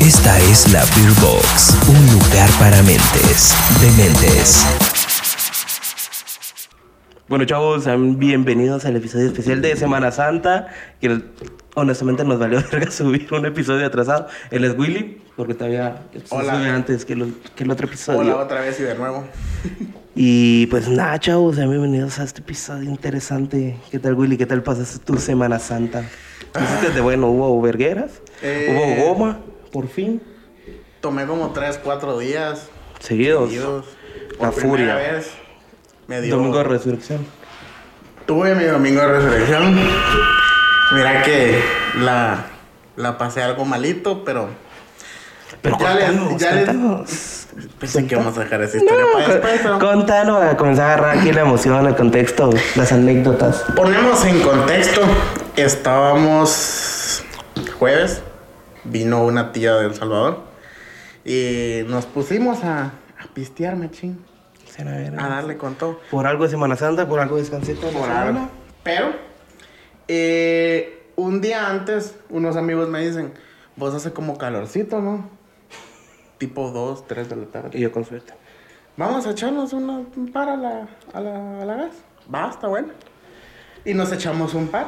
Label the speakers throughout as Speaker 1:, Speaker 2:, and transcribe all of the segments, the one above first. Speaker 1: Esta es la Beer Box, un lugar para mentes, dementes.
Speaker 2: Bueno, chavos, sean bienvenidos al episodio especial de Semana Santa, que honestamente nos valió verga subir un episodio atrasado. Él es Willy, porque todavía se
Speaker 3: Hola.
Speaker 2: sube antes que, lo- que el otro episodio.
Speaker 3: Hola otra vez y de nuevo.
Speaker 2: Y pues nada, chavos, sean bienvenidos a este episodio interesante. ¿Qué tal, Willy? ¿Qué tal pasaste tu Semana Santa? Hiciste de bueno, hubo vergueras,
Speaker 3: Eh.
Speaker 2: hubo goma, por fin,
Speaker 3: Tomé como 3, 4 días
Speaker 2: seguidos.
Speaker 3: seguidos.
Speaker 2: La
Speaker 3: Por
Speaker 2: furia.
Speaker 3: primera vez me dio.
Speaker 2: Domingo de Resurrección.
Speaker 3: Tuve mi domingo de resurrección. Mira que la, la pasé algo malito, pero
Speaker 2: Pero
Speaker 3: Ya les-
Speaker 2: contanos,
Speaker 3: ya les-
Speaker 2: contanos.
Speaker 3: pensé que vamos a dejar esa historia para después. pues, ¿no?
Speaker 2: Contanos, a comenzar a agarrar aquí la emoción, el contexto, las anécdotas.
Speaker 3: Ponemos en contexto. Estábamos jueves. Vino una tía de El Salvador. Y nos pusimos a, a pistear, machín.
Speaker 2: Se la verga.
Speaker 3: A darle con todo.
Speaker 2: Por algo es Semana Santa, por algo descansé toda la
Speaker 3: Ah, por
Speaker 2: semana.
Speaker 3: algo. Pues Pero, eh, un día antes, unos amigos me dicen, vos hace como calorcito, ¿no? Tipo 2, 3 de la
Speaker 2: Y
Speaker 3: tarde.
Speaker 2: yo con suerte.
Speaker 3: Vamos a echarnos una, un par a la, a la, a la gas. Basta, bueno. Y nos echamos un par.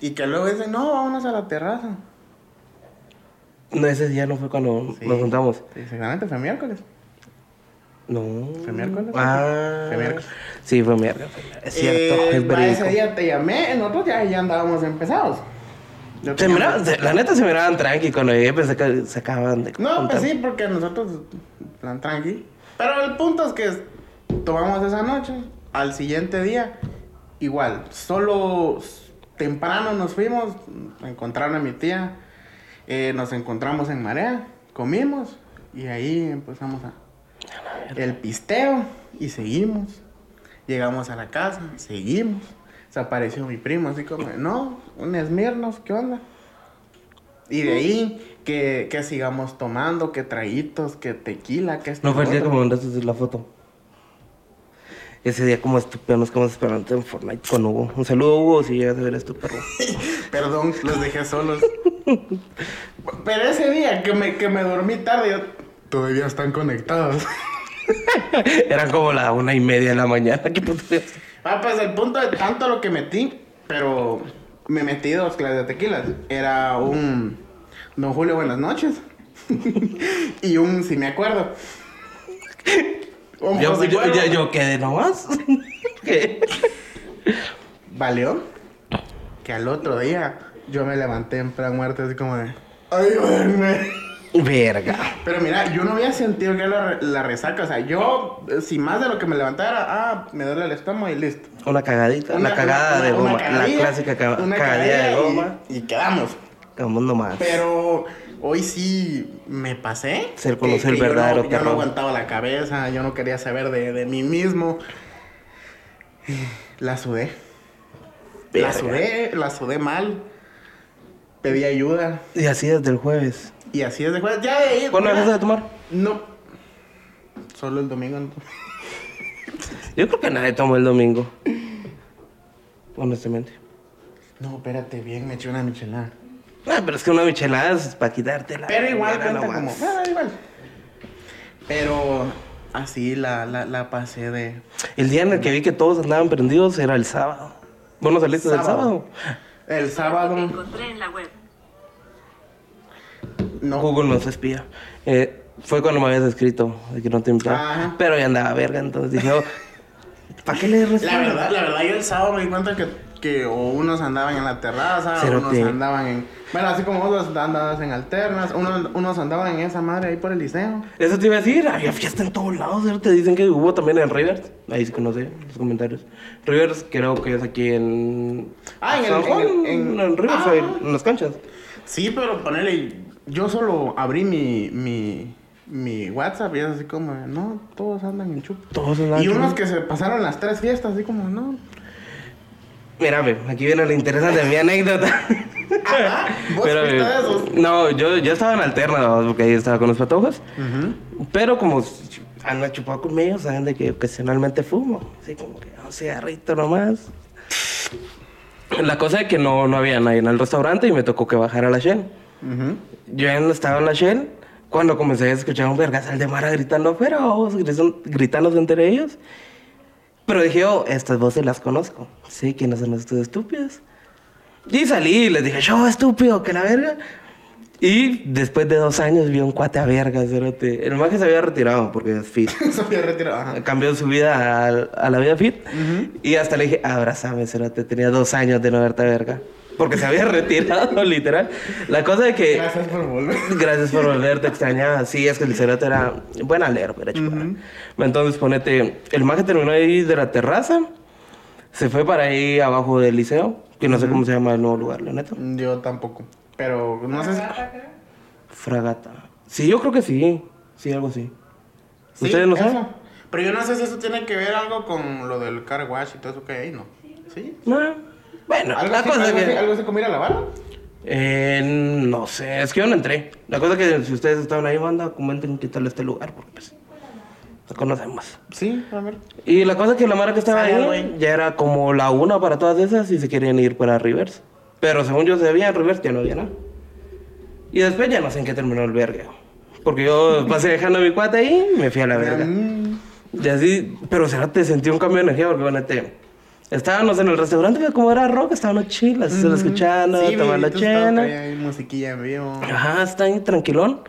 Speaker 3: Y que luego dicen, no, vámonos a la terraza.
Speaker 2: No, ese día no fue cuando
Speaker 3: Sí.
Speaker 2: nos juntamos.
Speaker 3: Exactamente, fue miércoles.
Speaker 2: No.
Speaker 3: ¿Fue miércoles?
Speaker 2: Ah.
Speaker 3: Fue miércoles.
Speaker 2: Sí, fue miércoles. Es cierto,
Speaker 3: Eh,
Speaker 2: es
Speaker 3: para ese
Speaker 2: verídico.
Speaker 3: día te llamé, nosotros ya, ya andábamos empezados. Yo
Speaker 2: Se
Speaker 3: tenía-
Speaker 2: miraban- se- la neta se miraban tranqui cuando llegué, pensé que se acababan de
Speaker 3: No,
Speaker 2: juntar.
Speaker 3: pues sí, porque nosotros, plan tranqui. Pero el punto es que tomamos esa noche, al siguiente día, igual, solo s- temprano nos fuimos, a encontrar a mi tía, eh, nos encontramos en Marea, comimos y ahí empezamos a... El pisteo y seguimos. Llegamos a la casa, seguimos. Se apareció mi primo, así como, no, un esmirnos, ¿qué onda? Y de ahí que, que sigamos tomando, que traguitos, que tequila, que esto
Speaker 2: No fue el
Speaker 3: lo
Speaker 2: día que
Speaker 3: otro.
Speaker 2: me mandaste la foto. Ese día como estúpido nos quedamos esperando en Fortnite con Hugo. Un saludo Hugo si llegas a ver esto, perro.
Speaker 3: Perdón, los dejé solos. Pero ese día que me, que me dormí tarde, yo, todavía están conectados.
Speaker 2: Eran como la una y media de la mañana. ¿Qué puto es?
Speaker 3: Ah, pues el punto de tanto lo que metí, pero me metí dos clases de tequilas. Era un Don Julio Buenas noches y un Si me acuerdo. Un
Speaker 2: Yo,
Speaker 3: José
Speaker 2: yo,
Speaker 3: Cuervo.
Speaker 2: yo, yo quedé nomás. ¿Qué?
Speaker 3: Valió que al otro día yo me levanté en plan muerte así como de... ¡Ay, duerme!
Speaker 2: Verga.
Speaker 3: Pero mira, yo no había sentido que era la, re- la resaca. O sea, yo, eh, sin más de lo que me levantara, ah, me duele el estómago y listo.
Speaker 2: Una cagadita,
Speaker 3: Una-
Speaker 2: la cagada
Speaker 3: una-
Speaker 2: de
Speaker 3: una
Speaker 2: goma, la
Speaker 3: cagadilla,
Speaker 2: clásica ca-
Speaker 3: una
Speaker 2: cagadilla, de
Speaker 3: cagadilla y-
Speaker 2: goma.
Speaker 3: Y, quedamos.
Speaker 2: Vamos nomás.
Speaker 3: Pero hoy sí me pasé.
Speaker 2: Se
Speaker 3: que-
Speaker 2: conoce
Speaker 3: que
Speaker 2: el
Speaker 3: yo no-
Speaker 2: verdadero
Speaker 3: Yo no,
Speaker 2: terror.
Speaker 3: aguantaba la cabeza, yo no quería saber de, de mí mismo. La sudé.
Speaker 2: Verga.
Speaker 3: La sudé, la sudé mal. Pedí ayuda.
Speaker 2: Y así desde el jueves.
Speaker 3: Y así es de jueves. Ya de ahí.
Speaker 2: ¿Cuándo
Speaker 3: mira,
Speaker 2: dejaste de tomar?
Speaker 3: No. Solo el domingo. no.
Speaker 2: Yo creo que nadie tomó el domingo. Honestamente.
Speaker 3: No, espérate, bien, me eché una michelada.
Speaker 2: Ah, pero es que una michelada es para quitártela.
Speaker 3: Pero igual
Speaker 2: Mira
Speaker 3: cuenta como.
Speaker 2: nomás.
Speaker 3: Nada, igual. Pero así la, la, la pasé de.
Speaker 2: El día en el que vi que todos andaban prendidos era el sábado. ¿Vos no saliste del sábado?
Speaker 3: Sábado. El sábado.
Speaker 4: Encontré en la web.
Speaker 3: No.
Speaker 2: Google nos espía. Eh, fue cuando me habías escrito de que no te invitaba.
Speaker 3: Ajá.
Speaker 2: Pero ya andaba verga, entonces dije, "Oh, ¿para qué le respondo?
Speaker 3: La verdad, la verdad, yo el sábado me di cuenta que, que o unos andaban en la terraza,
Speaker 2: Cerote.
Speaker 3: unos andaban en. Bueno, así como otros andaban en alternas, unos, unos andaban en esa madre ahí por el liceo.
Speaker 2: Eso te iba a decir, había fiesta en todos lados, ¿cierto? Te dicen que hubo también en Rivers. Ahí sí que no sé, en los comentarios. Rivers creo que es aquí en...
Speaker 3: Ah, en el-
Speaker 2: San
Speaker 3: en
Speaker 2: Juan,
Speaker 3: el-
Speaker 2: en,
Speaker 3: en-
Speaker 2: Rivers,
Speaker 3: Ah.
Speaker 2: en, en las canchas.
Speaker 3: Sí, pero ponele, yo solo abrí mi, mi, mi WhatsApp y es así como, no, todos andan en chup.
Speaker 2: Todos andaban
Speaker 3: Y unos
Speaker 2: chup.
Speaker 3: que se pasaron las tres fiestas, así como, no.
Speaker 2: Mírame, aquí viene lo interesante de mi anécdota.
Speaker 3: ¿Vos
Speaker 2: Pero, eh,
Speaker 3: fuiste de esos?
Speaker 2: no, yo, yo estaba en alterna, ¿no? porque ahí estaba con los patojos. Pero como s- anda chupado conmigo, saben de que ocasionalmente fumo. Así como que un cigarrito nomás. La cosa es que no, no había nadie en el restaurante y me tocó que bajara la Shen.
Speaker 3: Ujú.
Speaker 2: Yo ya no estaba en la Shell cuando comencé a escuchar un vergazal de Mara gritando afuera, vamos, gris- gritándose entre ellos. Pero dije, oh, estas voces las conozco. Sí, que no son estos estúpidos. Y salí y les dije, yo, estúpido, que la verga. Y después de dos años vi a un cuate a verga, cerote. El maje se había retirado porque es fit.
Speaker 3: Se había retirado, ajá.
Speaker 2: Cambió su vida al- a, la vida fit. Y hasta le dije, abrázame, cerote. Tenía dos años de no verte a verga. Porque se había retirado, literal. La cosa de que...
Speaker 3: Gracias por volver.
Speaker 2: Gracias por volver, te extrañaba. Sí, es que el cerote era buena leer, pero chupara. Entonces, ponete, el maje terminó ahí de la terraza, se fue para ahí abajo del liceo, que no sé cómo se llama el nuevo lugar, la neta.
Speaker 3: Yo tampoco. Pero no sé si.
Speaker 2: Fragata. Sí, yo creo que sí. Sí, algo así.
Speaker 3: Sí,
Speaker 2: ¿Ustedes no saben?
Speaker 3: eso. Pero yo no sé si eso tiene que ver algo con lo del car wash y todo eso que hay, ¿no? Sí.
Speaker 2: No. Bueno,
Speaker 3: ¿Algo
Speaker 2: la
Speaker 3: así,
Speaker 2: cosa
Speaker 3: algo
Speaker 2: que...
Speaker 3: así- algo así como ir a lavar?
Speaker 2: Eh, no sé, es que yo no entré. La cosa que si ustedes estaban ahí, banda, comenten qué tal este lugar, porque pues... Lo conocemos.
Speaker 3: Sí, a ver.
Speaker 2: Y la cosa es que la mara que estaba
Speaker 3: Salud,
Speaker 2: ahí
Speaker 3: güey.
Speaker 2: ya era como la una para todas esas y se querían ir para Rivers. Pero según yo se veía en Rivers ya no había nada. Y después ya no sé en qué terminó el verga. Porque yo pasé dejando a mi cuate ahí y me fui a la verga.
Speaker 3: Mm,
Speaker 2: Y así, pero será te sentí un cambio de energía porque bueno, te- estábamos en el restaurante, pero como era rock, estábamos chilas, solo escuchando,
Speaker 3: sí,
Speaker 2: tomando
Speaker 3: videitos, todo,
Speaker 2: chela.
Speaker 3: traía ahí musiquilla en vivo.
Speaker 2: Ajá, está ahí tranquilón.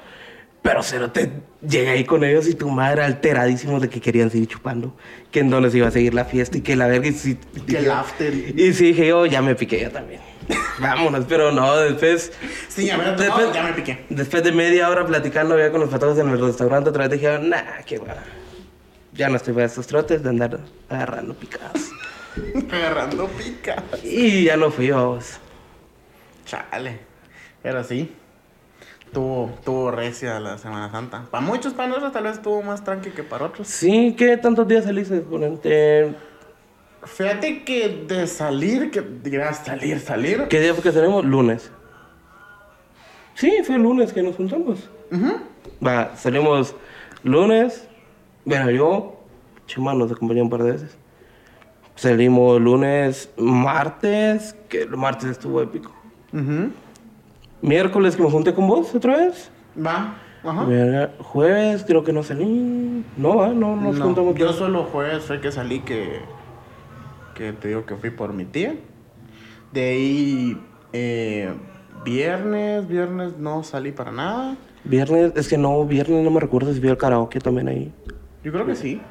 Speaker 2: Pero Cerote llega ahí con ellos y tu madre alteradísimo de que querían seguir chupando, que en dónde se iba a seguir la fiesta y que la verga y si,
Speaker 3: Que el after.
Speaker 2: Y sí, dije yo, ya me piqué yo también. Vámonos, pero no, después.
Speaker 3: Sí, ya me, había tomado, ya me piqué.
Speaker 2: Después de media hora platicando ya con los patados en el restaurante, otra vez dije, nah, qué guay. Ya no estoy para estos trotes de andar agarrando picadas.
Speaker 3: Agarrando pica.
Speaker 2: y ya no fui, vamos.
Speaker 3: Chale. Pero sí. Tuvo, tuvo recia la Semana Santa. Para muchos, para nosotros tal vez estuvo más tranqui que para otros.
Speaker 2: Sí, ¿qué tantos días saliste? Ponente?
Speaker 3: Fíjate que de salir, que dirás salir, salir.
Speaker 2: ¿Qué día fue que salimos? Lunes. Sí, fue el lunes que nos juntamos.
Speaker 3: Ujú.
Speaker 2: Va, salimos lunes. Bueno, yo, Chema nos acompañó un par de veces. Salimos lunes, martes, que el martes estuvo épico.
Speaker 3: Ujú.
Speaker 2: Miércoles que me junté con vos otra vez.
Speaker 3: Va. Ajá.
Speaker 2: Verga, Jueves creo que no salí. No, va, no nos
Speaker 3: No,
Speaker 2: juntamos.
Speaker 3: yo solo jueves fue que salí que, que te digo que fui por mi tía. De ahí eh, viernes, viernes no salí para nada.
Speaker 2: Viernes, es que no, viernes no me recuerdo si vi el karaoke también ahí.
Speaker 3: Yo creo que sí.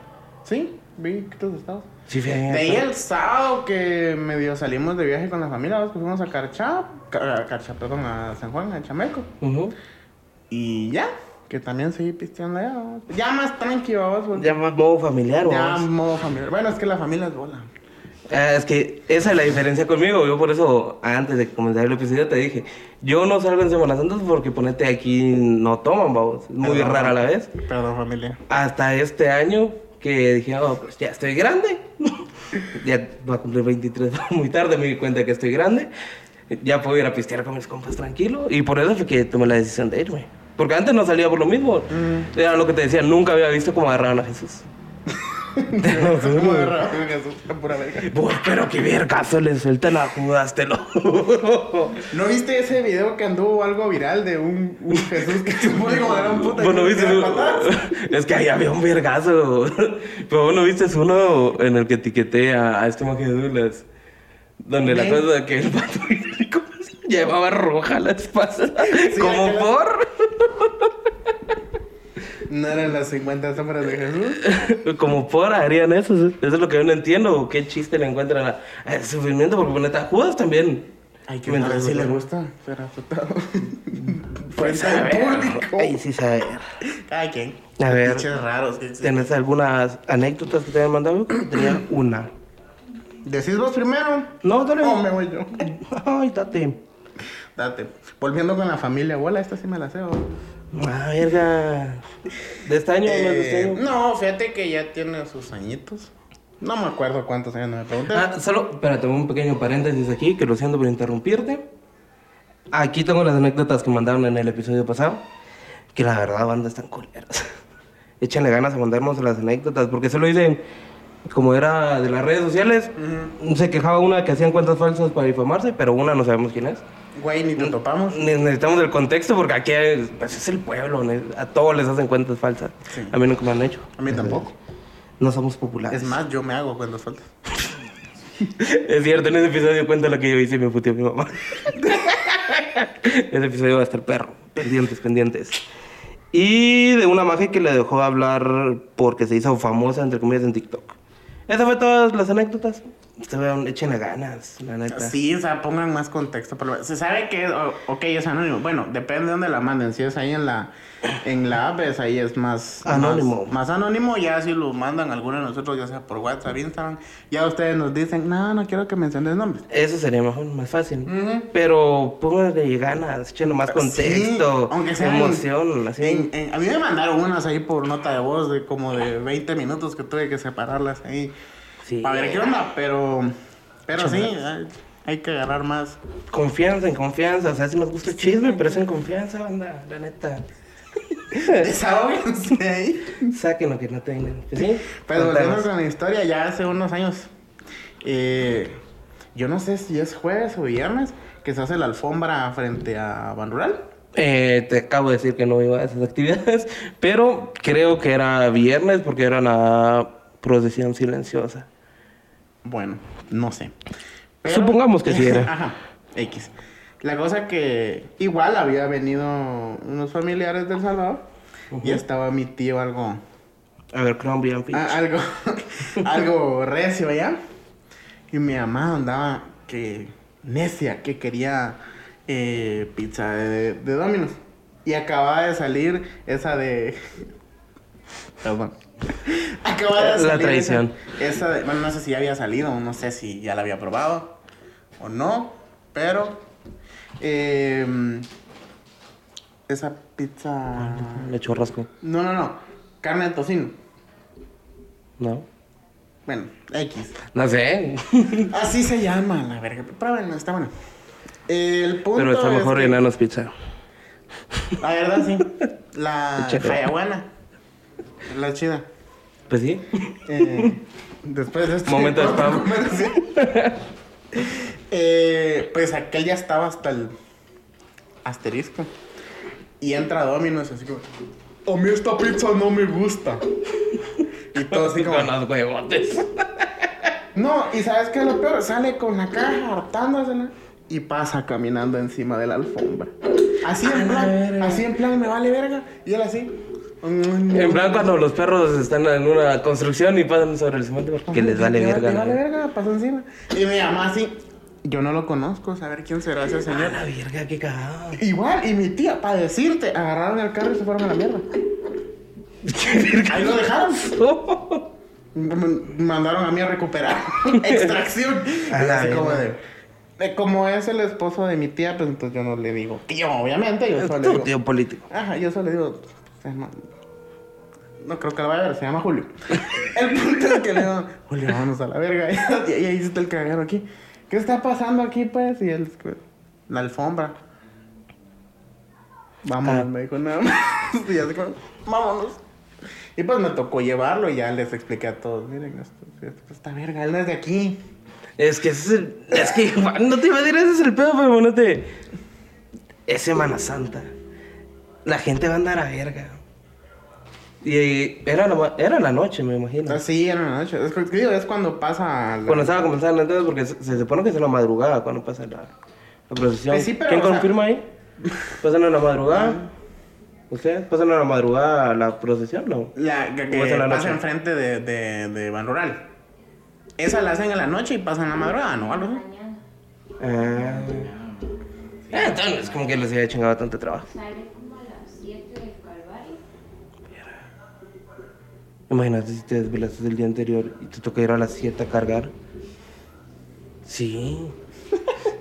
Speaker 3: Sí, vi que todos estabas.
Speaker 2: Sí, fui
Speaker 3: De ahí el sábado que medio salimos de viaje con la familia, ¿ves? que fuimos a Carchap, a Carchap, perdón, a San Juan, a Chameco.
Speaker 2: Ujú.
Speaker 3: Y ya, que también seguí pisteando allá. ¿vamos? Ya más tranqui, vamos. porque-
Speaker 2: Ya pues. más modo familiar,
Speaker 3: Ya
Speaker 2: vamos.
Speaker 3: modo familiar. Bueno, es que la familia es bola.
Speaker 2: Ah, es que esa es la diferencia conmigo. Yo por eso, antes de comenzar el episodio, te dije, yo no salgo en Semana Santa porque ponete aquí no toman, vamos. Es muy
Speaker 3: Perdón,
Speaker 2: rara la
Speaker 3: familia.
Speaker 2: vez.
Speaker 3: Perdón, familia.
Speaker 2: Hasta este año que dije, oh, pues ya estoy grande. ya va a cumplir 23, muy tarde me di cuenta que estoy grande. Ya puedo ir a pistear con mis compas tranquilo. Y por eso fue que tomé la decisión de irme. Porque antes no salía por lo mismo. Era lo que te decía, nunca había visto cómo agarraban a Jesús. Te lo juro.
Speaker 3: Como de raro, Jesús, pura verga.
Speaker 2: Vos, pero qué vergazo le sueltan a Judas, te lo juro.
Speaker 3: ¿No viste ese video que anduvo algo viral de un, un Jesús que se pone como de un puta? y
Speaker 2: Vos no
Speaker 3: que
Speaker 2: viste
Speaker 3: le
Speaker 2: uno-
Speaker 3: patadas?
Speaker 2: Es que ahí había un vergazo. Pero vos no viste uno en el que etiqueté a, a este maje de Douglas. Donde la
Speaker 3: ¿Ven?
Speaker 2: cosa de que el pato bíblico llevaba roja la espalda.
Speaker 3: Sí,
Speaker 2: como
Speaker 3: acá la-
Speaker 2: por.
Speaker 3: No eran las 50 sombras de Jesús.
Speaker 2: Como por harían eso. Eso es lo que yo no entiendo. ¿Qué chiste le encuentran a- al sufrimiento? Porque ponete a Judas también.
Speaker 3: Ay, que
Speaker 2: Mientras-
Speaker 3: tal si le gusta ser azotado.
Speaker 2: Pues,
Speaker 3: Frente al
Speaker 2: a ver,
Speaker 3: público.
Speaker 2: Ahí sí saber.
Speaker 3: Cada quien.
Speaker 2: A ver.
Speaker 3: Pinches raros. que existen.
Speaker 2: ¿Tienes algunas anécdotas que te hayan mandado? Yo Tenía una.
Speaker 3: Decís vos primero.
Speaker 2: No, dale.
Speaker 3: No, me voy yo.
Speaker 2: Ay, date.
Speaker 3: Date. Volviendo con la familia, abuela, esta sí me la sé. ¿o?
Speaker 2: Ah, verga. ¿De este año o no es de
Speaker 3: Eh,
Speaker 2: este año?
Speaker 3: no, fíjate que ya tiene sus añitos. No me acuerdo cuántos años no me pregunté.
Speaker 2: Ah, solo, espérate, un pequeño paréntesis aquí, que lo siento por interrumpirte. Aquí tengo las anécdotas que mandaron en el episodio pasado, que la verdad, banda, están culeras. Échenle ganas a mandarnos las anécdotas, porque se lo dicen, como era de las redes sociales, se quejaba una que hacían cuentas falsas para difamarse, pero una no sabemos quién es.
Speaker 3: Güey, ni te topamos.
Speaker 2: Ne- Necesitamos el contexto porque aquí es, pues, es el pueblo, ne- a todos les hacen cuentas falsas.
Speaker 3: Sí.
Speaker 2: A mí nunca me han hecho.
Speaker 3: A mí tampoco.
Speaker 2: No somos populares.
Speaker 3: Es más, yo me hago cuando faltas.
Speaker 2: Es cierto, en ese episodio cuenta lo que yo hice y me puteó mi mamá. ese episodio va a estar perro. Pendientes, pendientes. Y de una magia que le dejó hablar porque se hizo famosa, entre comillas, en TikTok. Esas fue todas las anécdotas. Se vean, échenle ganas, la neta.
Speaker 3: Ah, Sí, o sea, pongan más contexto. por lo menos. Se sabe que, o- ok, es anónimo. Bueno, depende de dónde la manden. Si es ahí en la, en la app, es ahí es más
Speaker 2: Anónimo.
Speaker 3: Más, más anónimo, ya si lo mandan alguno de nosotros, ya sea por WhatsApp, Instagram, ya ustedes nos dicen, no, no quiero que menciones nombres.
Speaker 2: Eso sería mejor, más fácil.
Speaker 3: Ujú. Ah,
Speaker 2: Pero pónganle ganas, échenle más contexto,
Speaker 3: Sí, aunque sea en-
Speaker 2: emoción, así.
Speaker 3: en- en- a mí me mandaron unas ahí por nota de voz de como de 20 minutos que tuve que separarlas ahí.
Speaker 2: Sí.
Speaker 3: Para ver qué onda, pero, pero sí, hay, hay que agarrar más.
Speaker 2: Confianza, en confianza. O sea, si nos gusta el chisme, pero es en confianza, banda, la neta.
Speaker 3: Desahóguense ahí.
Speaker 2: Saquen lo que no tengan. que ¿Sí?
Speaker 3: Pero volviendo
Speaker 2: Contanos.
Speaker 3: con la historia, ya hace unos años, eh, yo no sé si es jueves o viernes, que se hace la alfombra frente a Banrural.
Speaker 2: Eh, te acabo de decir que no iba a esas actividades, pero creo que era viernes porque era la procesión silenciosa.
Speaker 3: Bueno, no sé.
Speaker 2: Supongamos que sí era.
Speaker 3: Ajá, X. La cosa que igual había venido unos familiares del Salvador y estaba mi tío algo
Speaker 2: A ver, Crombie and Fitch.
Speaker 3: A- algo, Ah, algo recio allá. Y mi mamá andaba que necia, que quería eh, pizza de, de Domino's. Y acababa de salir esa de. Perdón. Acababa de
Speaker 2: La
Speaker 3: salir. esa-
Speaker 2: traición.
Speaker 3: Esa, de. Bueno, no sé si ya había salido, no sé si ya la había probado o no, pero. em, esa pizza.
Speaker 2: Le churrasco.
Speaker 3: No, no, no. Carne de tocino.
Speaker 2: ¿No?
Speaker 3: Bueno, X.
Speaker 2: No sé.
Speaker 3: Así se llama, la verga. Pruébenlo, está bueno. El punto.
Speaker 2: pero está
Speaker 3: es
Speaker 2: mejor
Speaker 3: que-
Speaker 2: enanos pizza.
Speaker 3: La verdad, sí. La
Speaker 2: Échale.
Speaker 3: hayabuana. La chida.
Speaker 2: Pues sí.
Speaker 3: Eh, después de este
Speaker 2: Momento de spam.
Speaker 3: Eh, pues aquel ya estaba hasta el asterisco. Y entra Dominos así como. A mí esta pizza no me gusta. Y todo así como.
Speaker 2: Con los huevotes.
Speaker 3: No, y sabes qué es lo peor, sale con la caja hartándosela y pasa caminando encima de la alfombra. Así en plan,
Speaker 2: verga.
Speaker 3: así en plan, me vale verga. Y él así. "Mm,
Speaker 2: En plan, cuando los perros están en una construcción y pasan sobre el cemento porque les vale
Speaker 3: Me
Speaker 2: verga.
Speaker 3: Me vale
Speaker 2: ¿no?
Speaker 3: verga, pasa encima. Y mi mamá así, yo no lo conozco, saber quién será ese
Speaker 2: A
Speaker 3: señor.
Speaker 2: Ah, la verga, qué cagado.
Speaker 3: Igual, y mi tía, para decirte, agarraron el carro y se fueron a la mierda. Ahí lo dejaron. Me- me mandaron a mí a recuperar extracción.
Speaker 2: A la
Speaker 3: Así como
Speaker 2: verga.
Speaker 3: de- de como es el esposo de mi tía, pues entonces yo no le digo tío, obviamente, yo solo le
Speaker 2: Tu
Speaker 3: digo.
Speaker 2: tío político.
Speaker 3: Ajá, yo solo le digo, se llama- no creo que lo vaya a ver, se llama Julio. el punto es que le digo, Julio, vámonos a la verga. y ahí está el cagadero aquí. ¿Qué está pasando aquí, pues? Y él, la alfombra. Vámonos,
Speaker 2: Ah.
Speaker 3: me dijo nada más. y así como, vámonos. Y pues me tocó llevarlo y ya les expliqué a todos, miren, esto, esto- esta verga, él no es de aquí.
Speaker 2: Es que ese es el. Es que no te iba a decir ese es el pedo, pero no te. Es Semana Santa. La gente va a andar a verga. Y era la, ma- era la noche, me imagino.
Speaker 3: Así era la noche. Es, que- digo, es cuando pasa la...
Speaker 2: Cuando estaba comenzando entonces, porque se, se supone que es en la madrugada cuando pasa la, la procesión.
Speaker 3: Pues sí, pero,
Speaker 2: ¿Quién
Speaker 3: o sea- Ah.
Speaker 2: confirma ahí? ¿Pasan en la madrugada? ¿Ustedes pasan en la madrugada a la procesión? No.
Speaker 3: La que, que
Speaker 2: ¿Cómo es en la
Speaker 3: pasa
Speaker 2: noche?
Speaker 3: enfrente de, de, de Ban Rural. Esa la hacen en la noche y pasan en la madrugada, ¿no? Algo así.
Speaker 2: Ah. Ah, entonces, como que les había chingado tanto trabajo.
Speaker 4: Sale como a las 7 del Calvario.
Speaker 2: Imagínate si te desvelaste el día anterior y te toca ir a las 7 a cargar. Sí.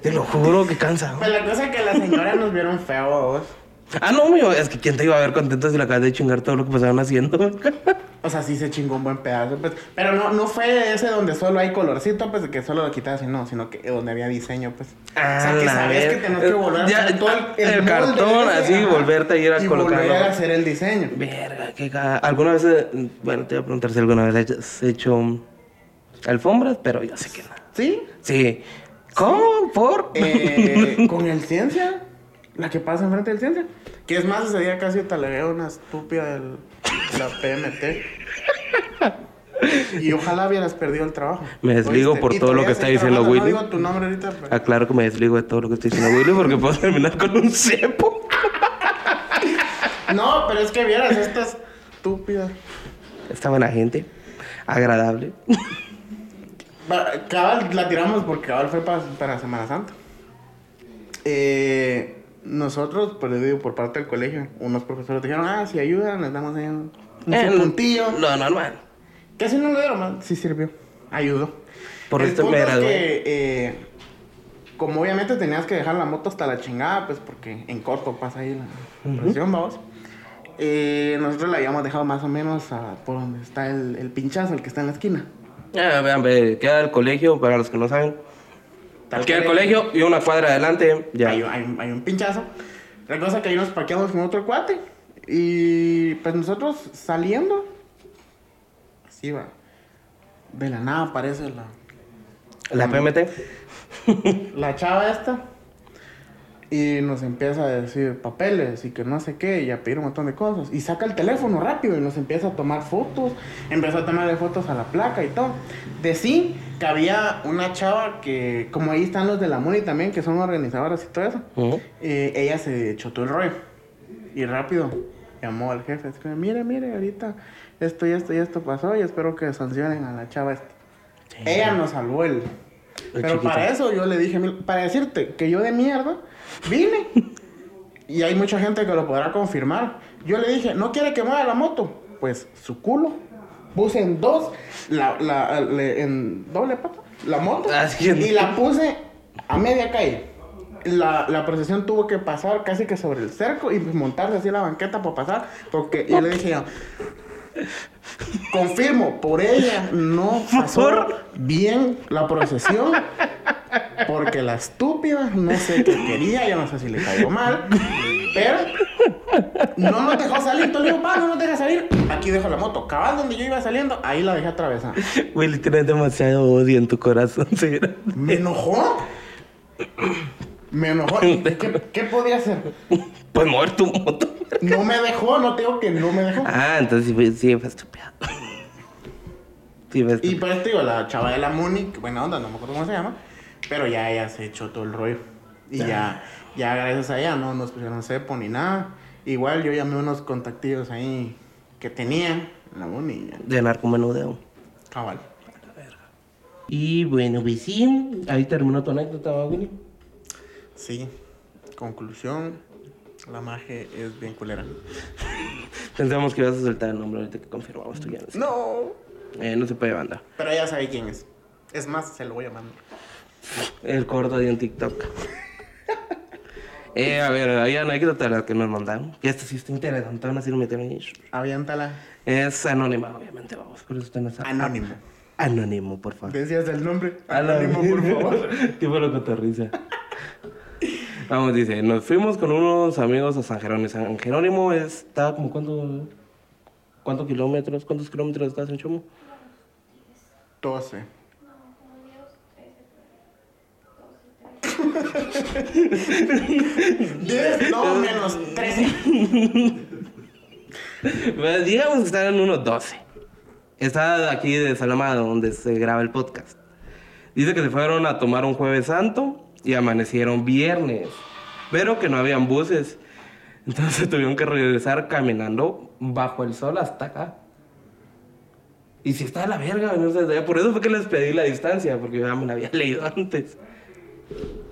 Speaker 2: te lo juro que cansa.
Speaker 3: Pues la cosa es que las señoras nos vieron feos.
Speaker 2: Ah, no, mío, es que quién te iba a ver contento si le acabas de chingar todo lo que pasaban haciendo.
Speaker 3: O sea, sí se chingó un buen pedazo, pues. Pero no, no fue ese donde solo hay colorcito, pues, que solo lo quitas y no, sino que donde había diseño, pues. o sea, que
Speaker 2: la
Speaker 3: sabes que
Speaker 2: ver-
Speaker 3: tenés que volver a
Speaker 2: Ya,
Speaker 3: hacer todo
Speaker 2: el
Speaker 3: molde
Speaker 2: cartón,
Speaker 3: ese,
Speaker 2: así, volverte a ir a
Speaker 3: y
Speaker 2: colocarlo.
Speaker 3: volver a hacer el diseño.
Speaker 2: Verga, qué cagada. ¿Alguna vez, eh, bueno, te iba a preguntar si alguna vez has hecho alfombras, pero yo sé que no.
Speaker 3: ¿Sí?
Speaker 2: Sí, ¿Cómo? ¿Por?
Speaker 3: Eh, con el ciencia, la que pasa enfrente del ciencia. Que es más, ese día casi talegué una estúpida de la PMT. Y ojalá hubieras perdido el trabajo.
Speaker 2: Me desligo
Speaker 3: ¿Oíste?
Speaker 2: por
Speaker 3: Y
Speaker 2: todo lo
Speaker 3: todavía
Speaker 2: que está
Speaker 3: estoy
Speaker 2: diciendo
Speaker 3: trabajando,
Speaker 2: Willy.
Speaker 3: No digo tu nombre ahorita, pero-
Speaker 2: Aclaro que me desligo de todo lo que estoy diciendo, Willy, porque puedo terminar con un cepo. Ah.
Speaker 3: No, pero es que vieras esta estúpida.
Speaker 2: Está buena gente, agradable.
Speaker 3: Va- Cabal la tiramos porque Cabal fue pa- para Semana Santa. Eh, nosotros, pues les digo, por parte del colegio, unos profesores dijeron, ah, si ayudan, les damos ahí un, un
Speaker 2: Eh,
Speaker 3: puntillo.
Speaker 2: Lo normal.
Speaker 3: Que si no lo dieron, man, sí sirvió. Ayudó.
Speaker 2: Por
Speaker 3: El
Speaker 2: esto me
Speaker 3: punto es
Speaker 2: gradué.
Speaker 3: que, eh, como obviamente tenías que dejar la moto hasta la chingada, pues porque en corto pasa ahí la presión, vamos. Eh, nosotros la habíamos dejado más o menos a- por donde está el, el pinchazo, el que está en la esquina.
Speaker 2: Ah, vean, ve, queda el colegio, para los que no saben.
Speaker 3: Tal
Speaker 2: Queda el
Speaker 3: cual,
Speaker 2: colegio y una cuadra adelante, ya.
Speaker 3: Hay, hay- hay un pinchazo. La cosa que ahí nos parqueamos con otro cuate. Y pues nosotros saliendo. Así va. De la nada aparece la,
Speaker 2: La PMT.
Speaker 3: la chava esta. Y nos empieza a decir papeles y que no sé qué, y a pedir un montón de cosas. Y saca el teléfono rápido y nos empieza a tomar fotos. Empezó a tomarle fotos a la placa y todo. De sí, que había una chava que, como ahí están los de la MUNI también, que son organizadoras y todo eso.
Speaker 2: Ujú.
Speaker 3: Eh, ella se chotó el rollo. Y rápido llamó al jefe. así como, mire, mire, ahorita esto y esto y esto pasó y espero que sancionen a la chava esta. Ella nos salvó el... Pero
Speaker 2: chiquito.
Speaker 3: para eso yo le dije, "Mira, para decirte que yo de mierda vine. y hay mucha gente que lo podrá confirmar. Yo le dije, ¿no quiere que mueva la moto? Pues su culo. Puse en dos, la, la- le- en doble pata, la moto.
Speaker 2: Así es.
Speaker 3: y la puse a media calle. La, la procesión tuvo que pasar casi que sobre el cerco y pues, montarse así en la banqueta para pasar. Porque yo le dije, yo, confirmo, por ella no pasó
Speaker 2: Por-
Speaker 3: bien la procesión. Porque la estúpida, no sé qué quería, yo no sé si le cayó mal. Pero no nos dejó salir. Entonces le digo, "Pa, no nos deja salir. Aquí dejo la moto. Cabal donde yo iba saliendo, ahí la dejé atravesar.
Speaker 2: Willy, tienes demasiado odio en tu corazón, señora.
Speaker 3: Me enojó. Me enojó. ¿Y ¿Qué, qué podía hacer?
Speaker 2: Pues mover tu moto.
Speaker 3: No me dejó, no te digo que no me dejó.
Speaker 2: Ah, entonces sí, fue- sí fue estúpido. Sí, fue
Speaker 3: Y
Speaker 2: estúpido.
Speaker 3: pues te digo, la chava de la Muni, que buena onda, no me acuerdo cómo se llama, pero ya ella se echó todo el rollo. Y ya, ya gracias a ella no nos pusieron cepo ni nada. Igual yo llamé unos contactillos ahí que tenían en la Muni y ya.
Speaker 2: De narcomenudeo.
Speaker 3: Cabal.
Speaker 2: Y bueno, pues sí, ahí terminó tu anécdota, ¿va, Willy.
Speaker 3: Sí. Conclusión. La magia es bien culera.
Speaker 2: Pensamos que ibas a soltar el nombre ahorita que confirmamos tu guión.
Speaker 3: No.
Speaker 2: Eh, no se puede banda.
Speaker 3: Pero ella sabe quién es. Es más, se lo voy a mandar.
Speaker 2: El corto de un TikTok. eh, a ver, hay anécdota la que nos mandaron. Y esta sí está interesante, aún así lo metieron ahí.
Speaker 3: Aviántala.
Speaker 2: Es anónima, obviamente, vamos. Por eso usted no
Speaker 3: Ah,
Speaker 2: sabe.
Speaker 3: Anónimo.
Speaker 2: Anónimo, por favor.
Speaker 3: Decías el nombre.
Speaker 2: A la
Speaker 3: Anónimo, por
Speaker 2: mierda.
Speaker 3: favor.
Speaker 2: Tipo la cotorrisa. Vamos, dice, nos fuimos con unos amigos a San Jerónimo. San Jerónimo está como cuánto, cuántos kilómetros, cuántos kilómetros estás en Chomo.
Speaker 3: 12. Diez, no, menos 13.
Speaker 2: Pues, digamos que están en unos 12. Está aquí de Salama, donde se graba el podcast. Dice que se fueron a tomar un jueves santo y amanecieron viernes, pero que no habían buses. Entonces tuvieron que regresar caminando bajo el sol hasta acá. Y si está de la verga venirse desde allá. Por eso fue que les pedí la distancia, porque yo ya me la había leído antes.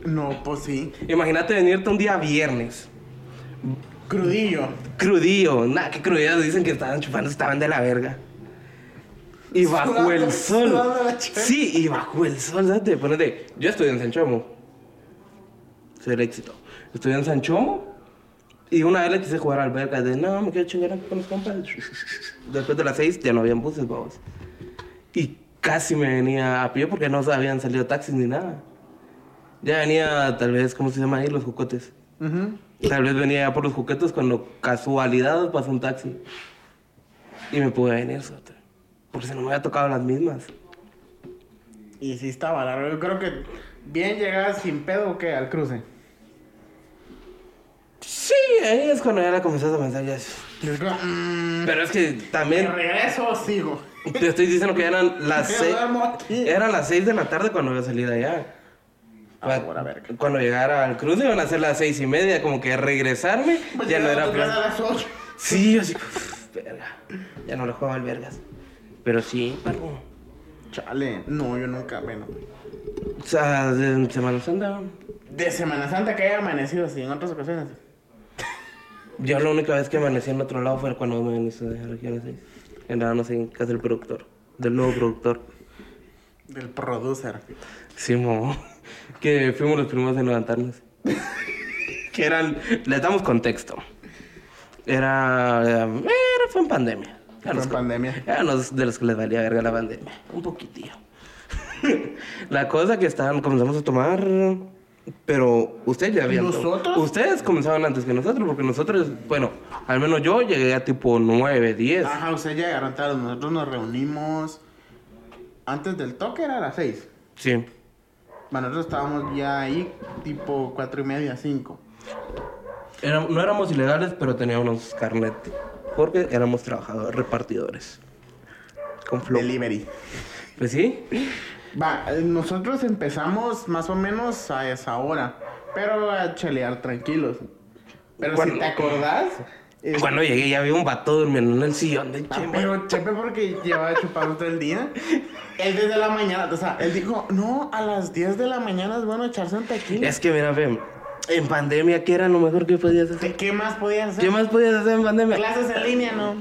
Speaker 3: No, pues sí.
Speaker 2: Imagínate venirte un día viernes,
Speaker 3: Crudillo.
Speaker 2: crudillo. Nada, qué crudillo. Dicen que estaban chupando, estaban de la verga. Y bajo
Speaker 3: Sudando,
Speaker 2: el sol.
Speaker 3: sudando la chévere.
Speaker 2: Sí, y bajo el sol. Date, ponete. Yo estudié en San Chomo. Soy el éxito. Estudié en San Chomo. Y una vez le quise jugar al verga de no, me quiero chingar con los compas. Después de las seis ya no habían buses, babos. Y casi me venía a pie porque no habían salido taxis ni nada. Ya venía, tal vez, ¿cómo se llama ahí? Los jocotes.
Speaker 3: Ujú.
Speaker 2: Tal vez venía ya por los juguetes cuando casualidad pasó un taxi. Y me pude venir, sota. Porque si no me había tocado las mismas.
Speaker 3: Y sí estaba largo. Yo creo que Bien llegadas sin pedo o qué al cruce.
Speaker 2: Sí, ahí es cuando ya la comenzás a pensar. ya es-
Speaker 3: Mm,
Speaker 2: Pero es que
Speaker 3: ¿Me
Speaker 2: también
Speaker 3: regreso o sigo?
Speaker 2: te estoy diciendo que eran las
Speaker 3: Me
Speaker 2: seis.
Speaker 3: duermo aquí.
Speaker 2: Eran las seis de la tarde cuando iba a salir de allá.
Speaker 3: Ah,
Speaker 2: Cua-
Speaker 3: buena verga.
Speaker 2: Cuando llegara al cruce iban a ser las seis y media, como que regresarme
Speaker 3: Pues
Speaker 2: ya no
Speaker 3: llegaba
Speaker 2: era
Speaker 3: a tu casa
Speaker 2: plan.
Speaker 3: a las ocho.
Speaker 2: Sí, yo así, "Uf, verga, ya no lo jugaba al vergas. Pero sí, parvo.
Speaker 3: Chale, no, yo nunca, bueno.
Speaker 2: O sea, de Semana Santa,
Speaker 3: De Semana Santa que haya amanecido así, en otras ocasiones.
Speaker 2: yo la única vez que amanecí en otro lado fue cuando me viniste de aquí a las seis. Andábamos en casa del productor, del nuevo productor.
Speaker 3: Del producer.
Speaker 2: Sí, mamá. Que fuimos los primeros en levantarnos. que eran. Les damos contexto. Era. eh, era- fue en pandemia.
Speaker 3: Fue en pandemia.
Speaker 2: Eran los de los que les valía verga la pandemia. Un poquitillo. la cosa que estaban. Comenzamos a tomar. Pero ustedes ya habían. tomado.
Speaker 3: ¿Nosotros?
Speaker 2: Ustedes comenzaban antes que nosotros, porque nosotros, bueno, al menos yo llegué a tipo 9, 10.
Speaker 3: Ajá, ustedes llegaron tarde, nosotros nos reunimos antes del toque, era a las seis.
Speaker 2: Sí.
Speaker 3: Bueno, Nosotros estábamos ya ahí, tipo cuatro y media, cinco.
Speaker 2: Era- no éramos ilegales, pero teníamos carnet. Porque éramos trabajadores, repartidores. Con flow.
Speaker 3: Delivery.
Speaker 2: Pues sí.
Speaker 3: Va, eh, nosotros empezamos más o menos a esa hora, pero a chelear tranquilos. Pero
Speaker 2: Cuando-
Speaker 3: si te acordás, eh,
Speaker 2: Cuando llegué ya había un vato durmiendo en el sillón de
Speaker 3: ah,
Speaker 2: Chema.
Speaker 3: pero Chepe porque llevaba chupando todo el día. Él desde la mañana, o sea, él dijo, no, a las 10 de la mañana es bueno echarse un tequila.
Speaker 2: Es que mira, Fem, en pandemia, ¿qué era lo mejor que podías hacer?
Speaker 3: ¿Qué- ¿Qué más podía hacer?
Speaker 2: ¿Qué más podías hacer en pandemia?
Speaker 3: Clases en línea, ¿no?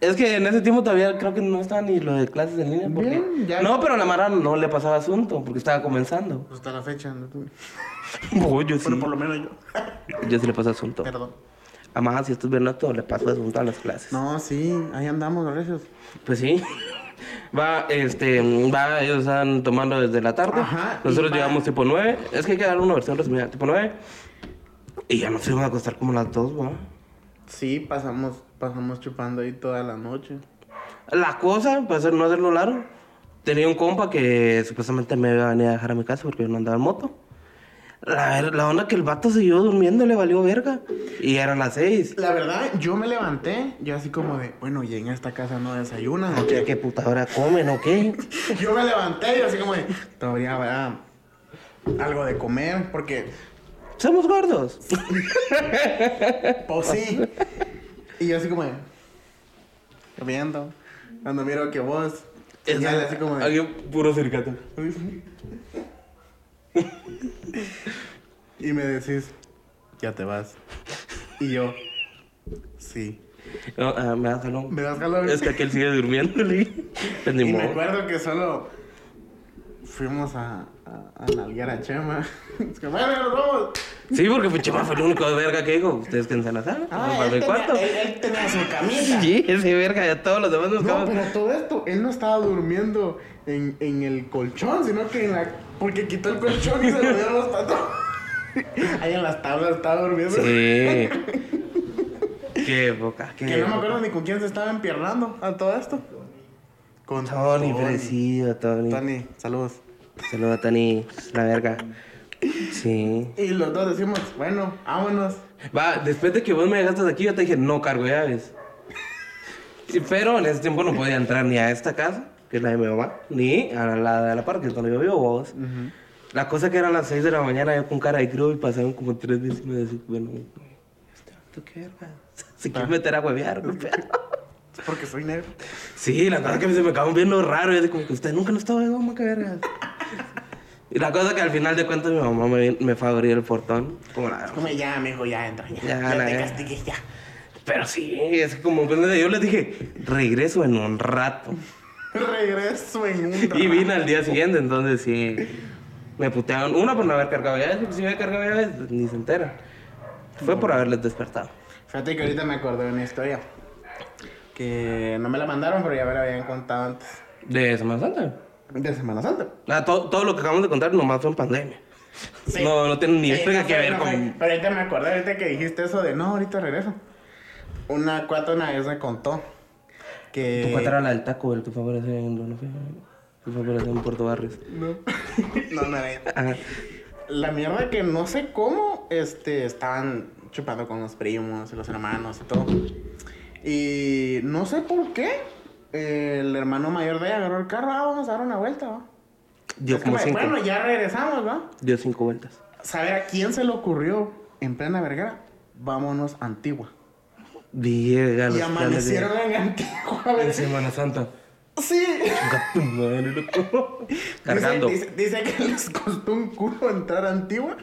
Speaker 2: Es que en ese tiempo todavía creo que no estaba ni lo de clases en línea. Porque...
Speaker 3: Bien, ya.
Speaker 2: No, pero a la Mara no le pasaba asunto porque estaba comenzando.
Speaker 3: Pues hasta la fecha, ¿no? Bueno,
Speaker 2: Oh, yo sí.
Speaker 3: por lo menos yo.
Speaker 2: Yo sí le pasaba asunto.
Speaker 3: Perdón.
Speaker 2: Además, si estás viendo todo, le paso asunto a las clases.
Speaker 3: No, sí, ahí andamos, gracias.
Speaker 2: Pues sí. Va, este, va, ellos están tomando desde la tarde.
Speaker 3: Ajá,
Speaker 2: Nosotros
Speaker 3: y va-
Speaker 2: llegamos tipo 9. Es que hay que dar una versión resumida, tipo 9. Y ya nos fuimos a acostar como las 2, va.
Speaker 3: Sí, pasamos, pasamos chupando ahí toda la noche.
Speaker 2: La cosa, para hacer, no hacerlo largo, tenía un compa que supuestamente me iba a venir a dejar a mi casa porque yo no andaba en moto. La, ver- la onda que el vato siguió durmiendo le valió verga. Y eran las 6.
Speaker 3: La verdad, yo me levanté, yo así como de, bueno, y en esta casa no desayunan, ¿o
Speaker 2: ¿Qué,
Speaker 3: qué?
Speaker 2: ¿Qué puta hora comen o qué?
Speaker 3: Yo me levanté, yo así como de, todavía habrá algo de comer, porque,
Speaker 2: Somos gordos.
Speaker 3: pues sí. Y yo así como de, comiendo, cuando miro que vos, y él así como de,
Speaker 2: Alguien puro cercato.
Speaker 3: y me decís, ya te vas. Y yo, sí.
Speaker 2: No, ah, me da jalón.
Speaker 3: Me das calor.
Speaker 2: Es que aquel sigue durmiendo, le dije. Pues ni
Speaker 3: Y me
Speaker 2: modo.
Speaker 3: acuerdo que solo fuimos a, a, a nalguear a Chema. Es que, bueno, nos vamos.
Speaker 2: Sí, porque pues, Chema fue el único de verga que dijo. Ustedes que en la sala.
Speaker 3: Ah,
Speaker 2: vamos para mi cuarto.
Speaker 3: tenía su
Speaker 2: Sí, ese verga, ya todos los demás nos
Speaker 3: No,
Speaker 2: quedamos.
Speaker 3: pero todo esto, él no estaba durmiendo en, en el colchón, sino que en la. Porque quitó el colchón y se lo dieron los patos. Ahí en las tablas estaba durmiendo.
Speaker 2: Sí. qué boca, qué
Speaker 3: Que no me acuerdo
Speaker 2: boca.
Speaker 3: ni con quién se estaba empiernando a todo esto. Con
Speaker 2: Tony, parecido, Tony.
Speaker 3: Tony, saludos.
Speaker 2: Saluda, Tony. es La verga. Sí.
Speaker 3: Y los dos decimos, bueno, vámonos.
Speaker 2: Va, después de que vos me dejaste aquí, yo te dije, no cargo llaves. Sí, Pero en ese tiempo no podía entrar ni a esta casa, que es la de mi mamá, ni a la, la de la parque, donde yo vivo, vos. La cosa que eran las 6 de la mañana, yo con cara de crudo y pasaron como tres vecinos de decir, bueno, güey, este vato, qué verga. Se quiere meter a huevear, güey, pero-
Speaker 3: Es porque soy negro.
Speaker 2: Sí, la cosa que se me acabó viendo raro, es como que usted nunca no estaba de goma, qué verga. Y la cosa que al final de cuentas mi mamá me, me fue a abrir el portón, como la
Speaker 3: Como ya, mijo, ya entra, ya.
Speaker 2: Ya,
Speaker 3: Ya,
Speaker 2: la
Speaker 3: te
Speaker 2: ya.
Speaker 3: castigué, ya.
Speaker 2: Pero sí, es que como pues, yo les dije, regreso en un rato.
Speaker 3: Regreso en un rato.
Speaker 2: Y vine al día siguiente, entonces sí. Me putearon. Una por no haber cargado llaves, porque si me cargado llaves, ni se entera. Fue por haberles despertado.
Speaker 3: Fíjate que ahorita me acordé de una historia. Que no me la mandaron, pero ya me la habían contado antes.
Speaker 2: De Semana Santa.
Speaker 3: De Semana Santa.
Speaker 2: Nada, to- todo lo que acabamos de contar nomás fue en pandemia.
Speaker 3: Sí.
Speaker 2: No, no tiene ni
Speaker 3: Sí,
Speaker 2: verga
Speaker 3: Eh, no
Speaker 2: que
Speaker 3: fue,
Speaker 2: ver
Speaker 3: no fue.
Speaker 2: con.
Speaker 3: Pero ahorita me acordé, ahorita que dijiste eso de no, ahorita regreso. Una cuata una vez me contó
Speaker 2: Tu
Speaker 3: que.
Speaker 2: cuenta era la del taco, el que fue a aparecer en Dono Fe. Fue operación Puerto Barrios.
Speaker 3: No. no, no era ella.
Speaker 2: Ajá.
Speaker 3: La mierda que no sé cómo, este, estaban chupando con los primos y los hermanos y todo. Y no sé por qué, eh, el hermano mayor de ella agarró el carro, "Ah, vamos a dar una vuelta, ¿va?".
Speaker 2: Dio
Speaker 3: Es
Speaker 2: como
Speaker 3: como de,
Speaker 2: cinco.
Speaker 3: bueno, ya regresamos, ¿va?
Speaker 2: Dio cinco vueltas.
Speaker 3: Saber a quién se le ocurrió en plena vergara, vámonos a Antigua.
Speaker 2: Llega los planes
Speaker 3: Y
Speaker 2: de-
Speaker 3: amanecieron en Antigua,
Speaker 2: En
Speaker 3: ¿ves?
Speaker 2: Semana Santa.
Speaker 3: Sí.
Speaker 2: Chinga tu madre, loco. Cargando.
Speaker 3: Dice, dice- dice que les costó un culo entrar a Antigua.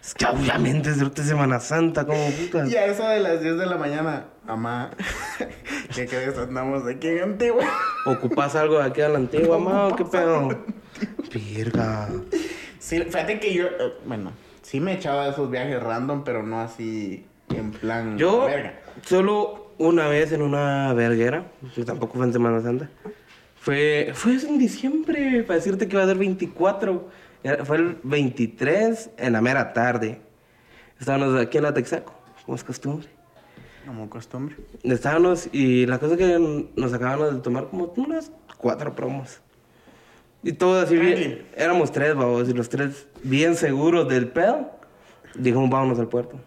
Speaker 2: Es que obviamente es de Semana Santa, como putas.
Speaker 3: Y a eso de las 10 de la mañana, mamá, ¿qué crees? Andamos aquí en Antigua.
Speaker 2: ¿Ocupas algo de aquí a la antigua, ma? ¿o ¿Qué pedo? Virga.
Speaker 3: Sí, fíjate que yo, eh, bueno, sí me echaba esos viajes random, pero no así en plan
Speaker 2: Yo
Speaker 3: verga.
Speaker 2: solo una vez en una verguera, que tampoco fue en Semana Santa. Fue, fue en diciembre, para decirte que iba a ser 24. Era- Fue el 23 en la mera tarde. Estábamos aquí en la Texaco, como es costumbre.
Speaker 3: Como costumbre.
Speaker 2: Estábamos y la cosa es que nos acabamos de tomar como unas cuatro promos. Y todos así bien.
Speaker 3: Tranqui.
Speaker 2: Éramos tres, babos, y los tres bien seguros del pedo. Dijimos, vámonos al puerto.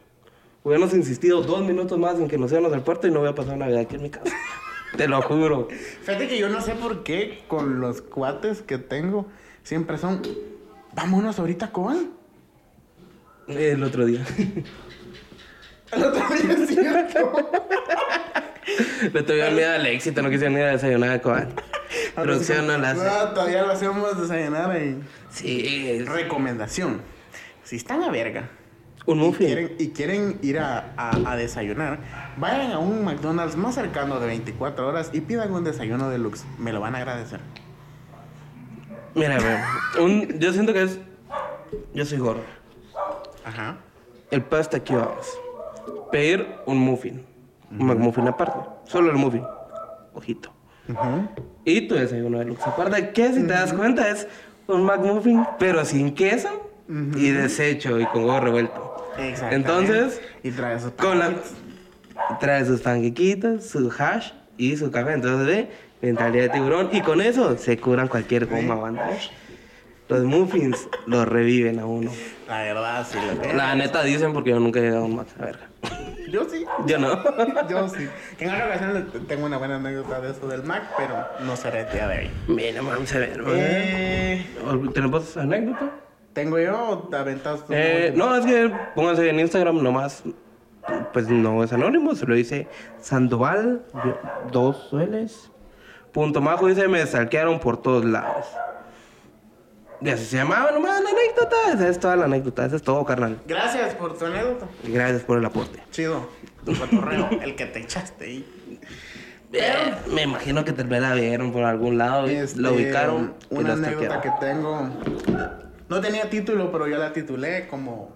Speaker 2: Hubiéramos insistido dos minutos más en que nos íbamos al puerto y no voy a pasar Navidad aquí en mi casa. Te lo juro.
Speaker 3: Fíjate que yo no sé por qué con los cuates que tengo siempre son, vámonos ahorita a Cobán.
Speaker 2: El otro día.
Speaker 3: El otro día es cierto.
Speaker 2: Le tuvieron miedo al éxito, no quisieron ir a desayunar a Cobán. Producción no la hace.
Speaker 3: No, todavía lo hacemos desayunar ahí.
Speaker 2: Sí, es
Speaker 3: Recomendación. Si están a verga
Speaker 2: un
Speaker 3: y
Speaker 2: muffin.
Speaker 3: quieren, y quieren ir a, a- a desayunar, vayan a un McDonald's más cercano de 24 horas y pidan un desayuno deluxe. Me lo van a agradecer.
Speaker 2: Mira, bro, un- yo siento que es. Yo soy gordo.
Speaker 3: Ajá.
Speaker 2: El pasta aquí vamos. Pedir un muffin. Un McMuffin aparte. Solo el muffin. Ojito.
Speaker 3: Ujú.
Speaker 2: Y tu desayuno de luxe. Aparte, que si te das cuenta es un McMuffin, pero sin queso y deshecho y con huevo revuelto.
Speaker 3: Exactamente.
Speaker 2: Entonces,
Speaker 3: y trae sus
Speaker 2: Con la,
Speaker 3: paquetes.
Speaker 2: trae sus panquequitos, su hash y su café. Entonces, ve, mentalidad de tiburón. Y con eso se curan cualquier goma, banda. ¿eh? Los muffins los reviven a uno.
Speaker 3: La verdad, sí, la verdad.
Speaker 2: La neta dicen porque yo nunca he llegado a un Mac. A verga.
Speaker 3: Yo sí.
Speaker 2: Yo no.
Speaker 3: Yo sí. En otra ocasión le- tengo una buena anécdota de eso del Mac, pero no será el día de hoy.
Speaker 2: Mira, vamos a ver. vamos a ver.
Speaker 3: Eh,
Speaker 2: ¿Tenemos anécdota?
Speaker 3: ¿Tengo yo o te aventaste? tú?
Speaker 2: Eh, no, es que pónganse en Instagram nomás. Pues no es anónimo, se lo dice Sandoval, yo- dos sueles. Punto majo dice: Me salquearon por todos lados. Y así se llamaba nomás la anécdota. Esa es toda la anécdota, eso es todo, carnal.
Speaker 3: Gracias por tu anécdota.
Speaker 2: Y Gracias por el aporte.
Speaker 3: Chido. Tu cotorreo, el que te echaste ahí.
Speaker 2: Eh, me imagino que tal vez la vieron por algún lado,
Speaker 3: Este,
Speaker 2: la ubicaron. y
Speaker 3: Una
Speaker 2: la
Speaker 3: anécdota
Speaker 2: stalkearon.
Speaker 3: que tengo. No tenía título, pero yo la titulé como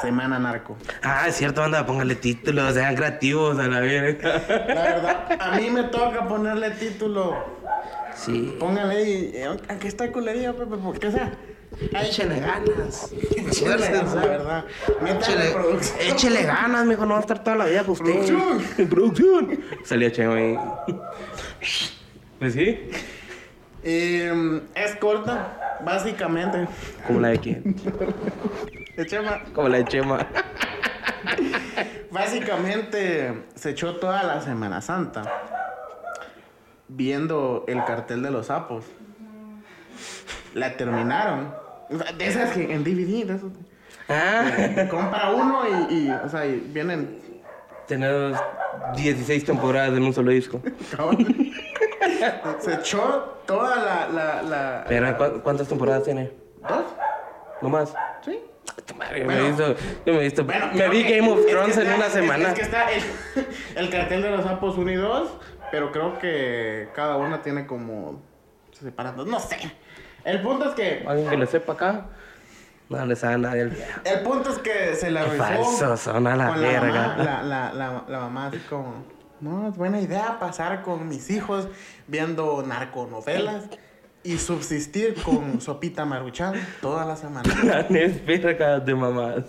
Speaker 3: Semana Narco.
Speaker 2: Ah, es cierto, anda, póngale títulos, sean creativos a la verga.
Speaker 3: La verdad, a mí me toca ponerle título.
Speaker 2: Sí.
Speaker 3: Póngale ahí, eh, aunque está culería, Pepe, porque sea. Ay,
Speaker 2: Échele ganas.
Speaker 3: Échele ganas, la verdad. Meta
Speaker 2: Échele,
Speaker 3: producción.
Speaker 2: échele ganas, mijo. No va a estar toda la vida con usted.
Speaker 3: Producción.
Speaker 2: Producción. Salía Cheo ahí. Pues sí.
Speaker 3: Eh, es corta, básicamente.
Speaker 2: Como la de quién.
Speaker 3: Echema,
Speaker 2: Como la de Chema.
Speaker 3: Básicamente se echó toda la Semana Santa viendo el cartel de los sapos. La terminaron. O sea, de esas que en DVD, de esos.
Speaker 2: Ah.
Speaker 3: Compra uno y, y, o sea, y vienen.
Speaker 2: Tenemos 16 temporadas en un solo disco.
Speaker 3: cabrón. se echó toda la. la, la-
Speaker 2: Pero, ¿cu- ¿cuántas temporadas tiene?
Speaker 3: ¿Dos?
Speaker 2: No más. Ah,
Speaker 3: ¿Sí?
Speaker 2: Tu madre,
Speaker 3: Bueno.
Speaker 2: me hizo, yo me he visto.
Speaker 3: Bueno,
Speaker 2: me
Speaker 3: creo
Speaker 2: vi
Speaker 3: que-
Speaker 2: Game of
Speaker 3: es que
Speaker 2: Thrones en
Speaker 3: está-
Speaker 2: una
Speaker 3: es-
Speaker 2: semana.
Speaker 3: Es, que está el, el cartel de los sapos 1 y 2, pero creo que cada una tiene como. Se separan dos, no sé. El punto es que.
Speaker 2: Alguien que le sepa acá. No le sabe a nadie el viejo.
Speaker 3: El punto es que se la
Speaker 2: Qué
Speaker 3: rifó.
Speaker 2: falsos son a la
Speaker 3: con
Speaker 2: verga.
Speaker 3: Mamá, la, la, la, la mamá así como. No, es buena idea pasar con mis hijos viendo narconovelas y subsistir con sopita maruchan toda la semana.
Speaker 2: planes vergas de mamás.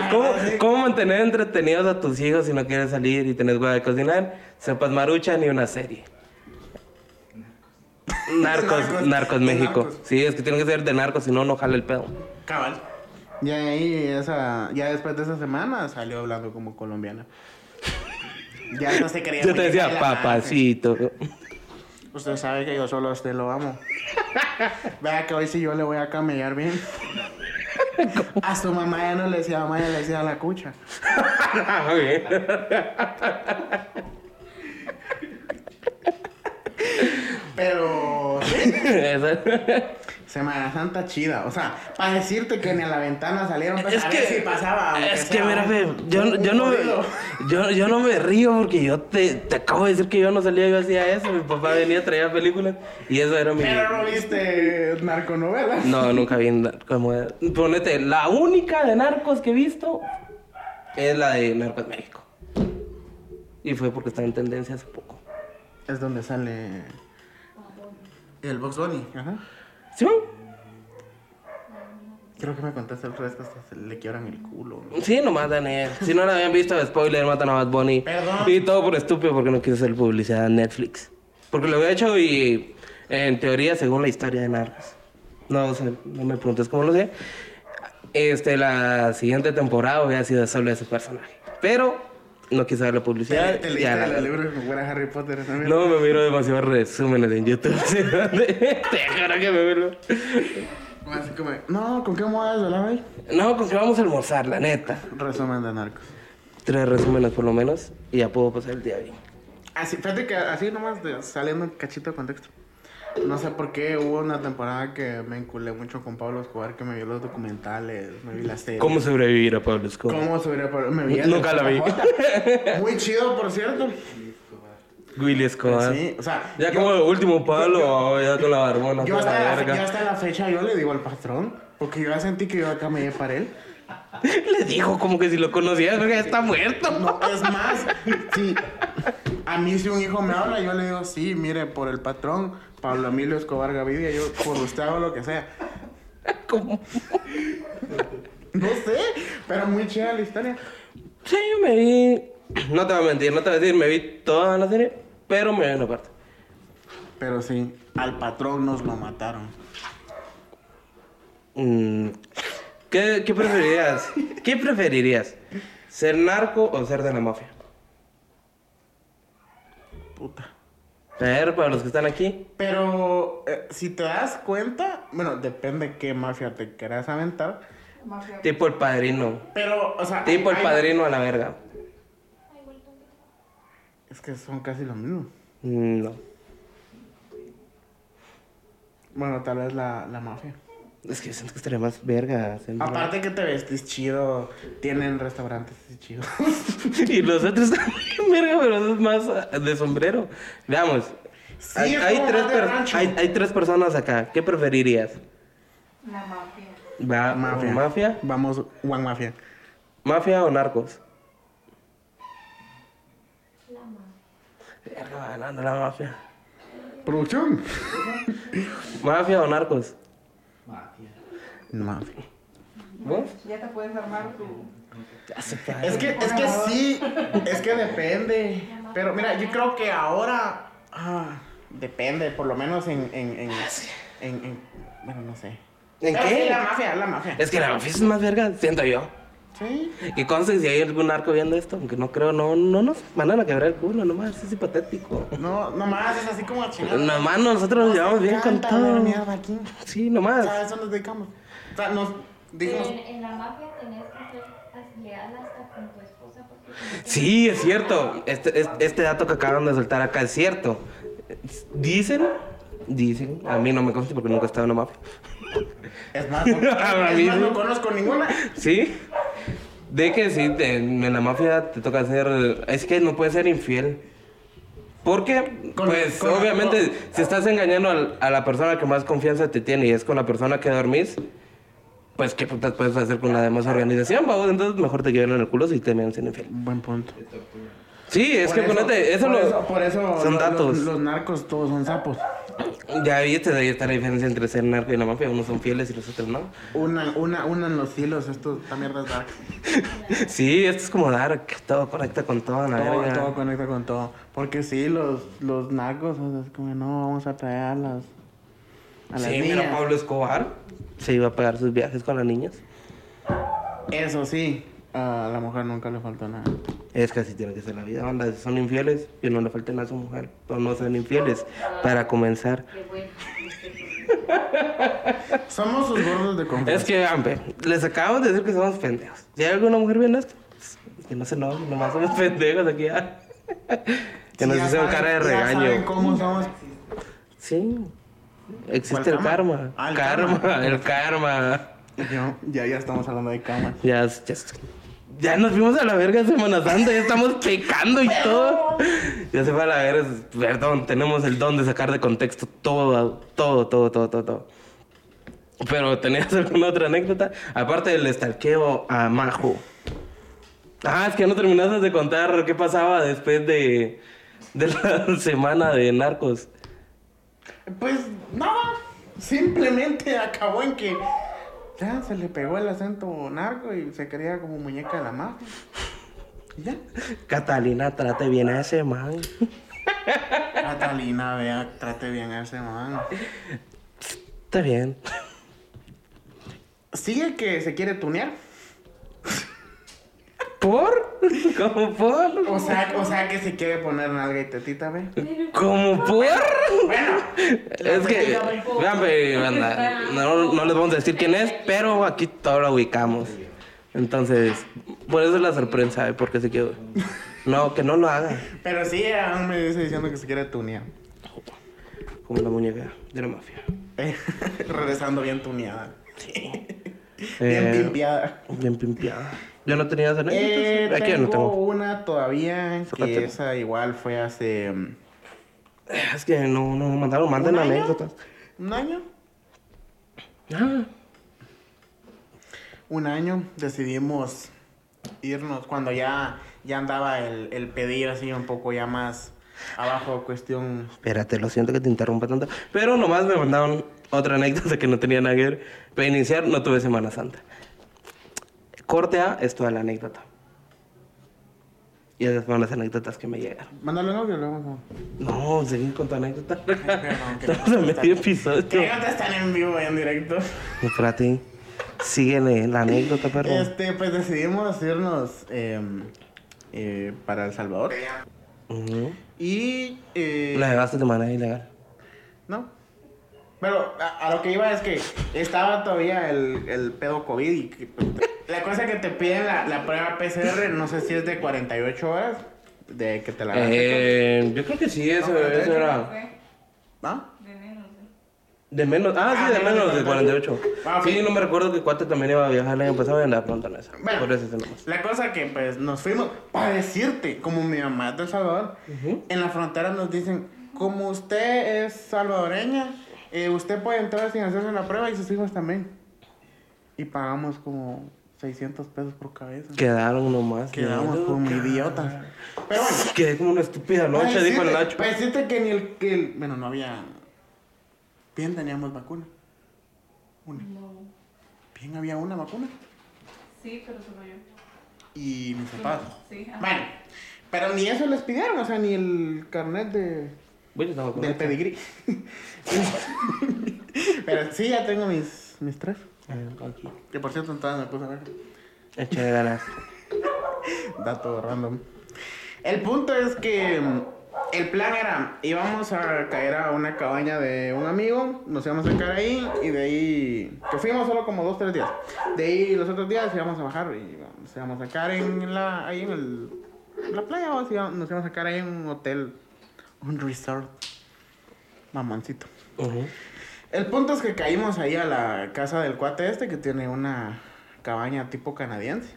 Speaker 3: Ah,
Speaker 2: ¿Cómo,
Speaker 3: sí.
Speaker 2: cómo mantener entretenidos a tus hijos si no quieres salir y tenés huevo de cocinar? Sepas marucha ni una serie. Narcos,
Speaker 3: Narcos.
Speaker 2: Narcos México.
Speaker 3: Narcos.
Speaker 2: Sí, es que tiene que ser de narcos, si no, no jala el pedo.
Speaker 3: Cabal. Y ahí, esa, ya después de esa semana, salió hablando como colombiana. Ya no se creía.
Speaker 2: Yo te
Speaker 3: muñeca de
Speaker 2: decía,
Speaker 3: Eh, la
Speaker 2: papacito.
Speaker 3: Mafe. Usted sabe que yo solo a usted lo amo. Vea que hoy sí yo le voy a camellar bien. A su mamá ya no le decía mamá, ya le decía la cucha.
Speaker 2: Ah, bien.
Speaker 3: Pero
Speaker 2: Esa-
Speaker 3: Pues Semana Santa chida, o sea, para decirte que ni a la ventana salieron, pues,
Speaker 2: Es
Speaker 3: a
Speaker 2: que
Speaker 3: ver si pasaba. aunque
Speaker 2: Es que
Speaker 3: sea
Speaker 2: mira,
Speaker 3: un-
Speaker 2: fe, yo,
Speaker 3: un
Speaker 2: yo no me,
Speaker 3: jodido.
Speaker 2: yo, yo no me río porque yo te, te acabo de decir que yo no salía, yo hacía eso. Mi papá venía, traía películas y eso era mi.
Speaker 3: Pero no viste narconovelas.
Speaker 2: No, nunca vi como Ponete, la única de narcos que he visto es la de Narcos México. Y fue porque estaba en tendencia hace poco.
Speaker 3: Es donde sale el Box Bunny. Ajá.
Speaker 2: ¿Sí? man?
Speaker 3: Creo que me contaste el resto, hasta se le quiebran el culo.
Speaker 2: Sí, nomás Daniel. Si no la habían visto, spoiler, matan a Bad Bunny.
Speaker 3: Perdón.
Speaker 2: Y todo por estúpido porque no quiso hacer publicidad a Netflix. Porque lo había hecho y en teoría, según la historia de Narcos. No sé, no me preguntes cómo lo sé. Este, la siguiente temporada hubiera sido solo de su personaje. Pero no quiso darle publicidad.
Speaker 3: Te, te
Speaker 2: y
Speaker 3: leíste
Speaker 2: a la-
Speaker 3: el libro como fuera Harry Potter también.
Speaker 2: No, me miro demasiados resúmenes en YouTube. Te juro que me miro.
Speaker 3: Así como, no, ¿con qué modas de la hoy?
Speaker 2: No, ¿con qué vamos a almorzar, la neta?
Speaker 3: Resumen de narcos.
Speaker 2: Tres resúmenes por lo menos y ya puedo pasar el día bien.
Speaker 3: Así, fíjate que así nomás de- saliendo un cachito de contexto. No sé por qué hubo una temporada que me enculé mucho con Pablo Escobar, que me vio los documentales, me vi las series.
Speaker 2: ¿Cómo sobrevivir a Pablo Escobar?
Speaker 3: ¿Cómo sobre Pablo? Me vi el
Speaker 2: Nunca la vi.
Speaker 3: JJ. Muy chido, por cierto.
Speaker 2: Willy Escobar.
Speaker 3: Sí, o sea,
Speaker 2: Ya
Speaker 3: yo-
Speaker 2: como de último palo, ah, ya con la barbona.
Speaker 3: Yo
Speaker 2: con
Speaker 3: hasta,
Speaker 2: la
Speaker 3: la, fe-
Speaker 2: verga.
Speaker 3: yo hasta la fecha yo le digo al patrón, porque yo ya sentí que yo acá me para él.
Speaker 2: Le dijo como que si lo conocías, verga, ya está muerto.
Speaker 3: No, es más, sí. A mí si un hijo me habla, yo le digo, sí, mire, por el patrón, Pablo Emilio Escobar Gavidia, yo por usted hago lo que sea.
Speaker 2: Como-
Speaker 3: No sé, pero muy chida la historia.
Speaker 2: Sí, yo me vi. No te voy a mentir, no te voy a decir, me vi toda la serie, pero me vi una parte.
Speaker 3: Pero sí, al patrón nos lo mataron.
Speaker 2: Mm, ¿Qué, qué preferirías? ¿Qué preferirías? ¿Ser narco o ser de la mafia?
Speaker 3: Puta.
Speaker 2: A ver, para los que están aquí.
Speaker 3: Pero eh, si te das cuenta, bueno, depende qué mafia te quieras aventar.
Speaker 2: Tipo el padrino.
Speaker 3: Pero, o sea.
Speaker 2: Tipo el
Speaker 3: hay-
Speaker 2: padrino a la verga.
Speaker 3: Es que son casi lo mismo.
Speaker 2: Mm, No.
Speaker 3: Bueno, tal vez la, la mafia.
Speaker 2: Es que siento que estaría más verga. ser narco.
Speaker 3: Aparte que te vestís chido, tienen restaurantes así chidos.
Speaker 2: Y los otros también, verga, pero eso es más ah, de sombrero. Veamos.
Speaker 3: Sí,
Speaker 2: hay,
Speaker 3: es
Speaker 2: hay
Speaker 3: como
Speaker 2: tres
Speaker 3: más de
Speaker 2: per-
Speaker 3: rancho.
Speaker 2: hay, hay tres personas acá. ¿Qué preferirías?
Speaker 4: La mafia.
Speaker 2: Va-
Speaker 3: Mafia.
Speaker 2: ¿Mafia?
Speaker 3: Vamos, One Mafia.
Speaker 2: ¿Mafia o narcos?
Speaker 4: La mafia.
Speaker 2: Verga, va ganando la mafia.
Speaker 3: ¿Producción?
Speaker 2: ¿Mafia o narcos?
Speaker 3: Mafia.
Speaker 2: ¿Vos?
Speaker 5: Ya te puedes armar tu.
Speaker 3: Es que, es que sí, es que depende. Pero mira, yo creo que ahora ah, depende, por lo menos en, en, en, en- en- bueno, no sé.
Speaker 2: ¿En
Speaker 3: Pero
Speaker 2: qué?
Speaker 3: sí, la mafia, la mafia.
Speaker 2: Es que la mafia es más verga, siento yo.
Speaker 3: Sí.
Speaker 2: Y conste que si hay algún narco viendo esto, aunque no creo, no, no nos mandan a quebrar el culo, nomás, es hipotético.
Speaker 3: No, nomás es así como a chingar.
Speaker 2: Nomás nosotros nos llevamos bien con
Speaker 3: Canta hablar
Speaker 2: todo.
Speaker 3: mierda aquí.
Speaker 2: Sí,
Speaker 3: O
Speaker 2: nomás.
Speaker 3: sea, a eso nos dedicamos. O sea, nos
Speaker 4: Pero
Speaker 3: dijimos,
Speaker 4: en, en la mafia tenés que ser as- leal hasta con tu esposa porque si no te-
Speaker 2: Sí, es cierto. Este, es- este dato que acaban de soltar acá es cierto. Dicen, dicen, a mí no me consta porque nunca he estado en una mafia.
Speaker 3: es más, no,
Speaker 2: Ahora
Speaker 3: es más,
Speaker 2: mismo.
Speaker 3: no conozco ninguna.
Speaker 2: ¿Sí? De que sí, te- en la mafia te toca ser. Es que no puedes ser infiel. Porque,
Speaker 3: Con-
Speaker 2: pues,
Speaker 3: con-
Speaker 2: obviamente,
Speaker 3: con-
Speaker 2: si estás engañando al- a la persona que más confianza te tiene y es con la persona que dormís, pues, ¿qué putas puedes hacer con la demás organización, vamos? Entonces, mejor te quedan en el culo si te miran sin infiel.
Speaker 3: Buen punto.
Speaker 2: Sí, es
Speaker 3: Por
Speaker 2: que ponete, eso,
Speaker 3: por
Speaker 2: lo-
Speaker 3: eso, por eso
Speaker 2: son
Speaker 3: los-
Speaker 2: datos.
Speaker 3: Los, los narcos todos son sapos.
Speaker 2: Ya viste, de ahí está la diferencia entre ser narco y la mafia. Unos son fieles y los otros no.
Speaker 3: Una, una, una en los hilos, esto esta mierda es dark.
Speaker 2: Sí, esto es como dar, todo conecta con todo, la
Speaker 3: Todo,
Speaker 2: verga.
Speaker 3: todo conecta con todo. Porque sí, los, los narcos, o sea, es como, no, vamos a traer a las A las
Speaker 2: Sí,
Speaker 3: niñas.
Speaker 2: mira, Pablo Escobar se iba a pagar sus viajes con las niñas.
Speaker 3: Eso sí, a la mujer nunca le faltó nada.
Speaker 2: Es que así tiene que ser la vida, banda. Si son infieles, que no le falten nada a su mujer. O no sean infieles, para comenzar.
Speaker 4: Qué bueno.
Speaker 3: Somos sus gordos de confianza.
Speaker 2: Es que, ampe, les acabamos de decir que somos pendejos. Si hay alguna mujer viendo esto, pues, que no se enoje, nomás somos pendejos aquí. ah. que nos
Speaker 3: Sí, ya
Speaker 2: hicieron
Speaker 3: saben-
Speaker 2: cara de
Speaker 3: ya saben
Speaker 2: regaño.
Speaker 3: cómo somos.
Speaker 2: Sí. Existe el
Speaker 3: ¿Cuál
Speaker 2: karma.
Speaker 3: karma? Ah, el
Speaker 2: karma,
Speaker 3: karma.
Speaker 2: el karma.
Speaker 3: Yo- ya, ya estamos hablando de cama.
Speaker 2: Ya, ya, ya nos fuimos a la verga Semana Santa, ya estamos pecando y todo. Ya se fue a la verga, perdón, tenemos el don de sacar de contexto todo, todo, todo, todo, todo. todo. Pero tenías alguna otra anécdota, aparte del estalqueo a Majo. Ah, es que no terminaste de contar qué pasaba después de, de la semana de narcos.
Speaker 3: Pues nada, simplemente acabó en que ya se le pegó el acento narco y se creía como muñeca de la mafia. Y Ya.
Speaker 2: Catalina, trate bien a ese man.
Speaker 3: Catalina, vea, trate bien a ese man.
Speaker 2: Está bien.
Speaker 3: Sigue que se quiere tunear.
Speaker 2: ¿Por? ¿Cómo por?
Speaker 3: O sea, o sea que se quiere poner nalga y tetita, ve.
Speaker 2: ¿Cómo por?
Speaker 3: Bueno,
Speaker 2: Es que, vean, ve, banda, no, no les vamos a decir quién es, pero aquí todo lo ubicamos. Entonces, por eso es la sorpresa, ¿eh? porque se quedó. No, que no lo haga.
Speaker 3: pero sí, aún me dice diciendo que se quiere tunear.
Speaker 2: Como la muñeca de la mafia.
Speaker 3: Eh, regresando bien tuneada. Bien
Speaker 2: Eh,
Speaker 3: pimpeada.
Speaker 2: bien pimpiada. Yo no tenía esa
Speaker 3: Eh,
Speaker 2: Aquí yo
Speaker 3: tengo
Speaker 2: no tengo.
Speaker 3: una todavía
Speaker 2: Sácatela.
Speaker 3: que esa igual fue hace mm,
Speaker 2: Es que no, no mandaron, manden
Speaker 3: ¿Un año?
Speaker 2: anécdotas.
Speaker 3: un año.
Speaker 2: Ah,
Speaker 3: Un año decidimos irnos cuando ya, ya andaba el, el pedido así un poco ya más abajo, cuestión.
Speaker 2: Espérate, lo siento que te interrumpa tanto. Pero nomás me mandaron otra anécdota que no tenía nada que ver. Para iniciar, no tuve Semana Santa. Corte A es toda la anécdota. Y esas fueron las anécdotas que me llegaron.
Speaker 3: Mándalo en audio, luego.
Speaker 2: No, seguí con tu anécdota.
Speaker 3: perdón, que
Speaker 2: Estamos
Speaker 3: no
Speaker 2: en
Speaker 3: te
Speaker 2: medio
Speaker 3: contesté.
Speaker 2: episodio.
Speaker 3: Que no te están en vivo y en directo.
Speaker 2: Espérate. Síguele la anécdota, perro.
Speaker 3: Este, pues decidimos irnos em, eh, para El Salvador.
Speaker 2: Ujú.
Speaker 3: Y eh,
Speaker 2: La llevaste de manera ilegal.
Speaker 3: No. Pero a, a lo que iba es que estaba todavía el, el pedo COVID y que- pues, la cosa que te piden la, la prueba PCR, no sé si es de 48 horas de que te la hagan.
Speaker 2: Eh, yo creo que sí, eso, eso era.
Speaker 4: Fue
Speaker 3: ¿No?
Speaker 4: de menos, ¿eh?
Speaker 2: De menos, ah, sí, de menos de 48.
Speaker 3: Ah, ok.
Speaker 2: Sí, no me recuerdo que cuate también iba a viajar el año pasado y andaba preguntando eso.
Speaker 3: Bueno.
Speaker 2: Por eso es nomás.
Speaker 3: La cosa que pues nos fuimos, para decirte, como mi mamá es de El Salvador, en la frontera nos dicen, como usted es salvadoreña, eh, usted puede entrar sin hacerse la prueba y sus hijos también. Y pagamos como 600 pesos por cabeza.
Speaker 2: Quedaron nomás.
Speaker 3: Quedamos
Speaker 2: ¿no?
Speaker 3: como idiotas. Pero bueno.
Speaker 2: Quedé como una estúpida noche, dijo el Nacho.
Speaker 3: Pues que ni el, que el- Bueno, no había... Bien teníamos vacuna. Una.
Speaker 4: No.
Speaker 3: Bien había una vacuna.
Speaker 4: Sí, pero solo yo.
Speaker 3: Y mis papás.
Speaker 4: Sí, ajá.
Speaker 3: Bueno. Pero ni eso les pidieron. O sea, ni el carnet de...
Speaker 2: Bueno, estaba con
Speaker 3: Del
Speaker 2: esto.
Speaker 3: pedigrí. pero sí, ya tengo mis, mis tres.
Speaker 2: Ah, aquí.
Speaker 3: Que por cierto, entonces me puse a ver.
Speaker 2: Eché ganas.
Speaker 3: Dato random. El punto es que mm, el plan era, íbamos a caer a una cabaña de un amigo, nos íbamos a caer ahí y de ahí, que fuimos solo como dos, tres días. De ahí los otros días íbamos a bajar y nos íbamos a caer en la, ahí en, el, en la playa o si íbamos- nos íbamos a caer ahí en un hotel, un resort. Mamoncito.
Speaker 2: Ujú.
Speaker 3: El punto es que caímos ahí a la casa del cuate este que tiene una cabaña tipo canadiense.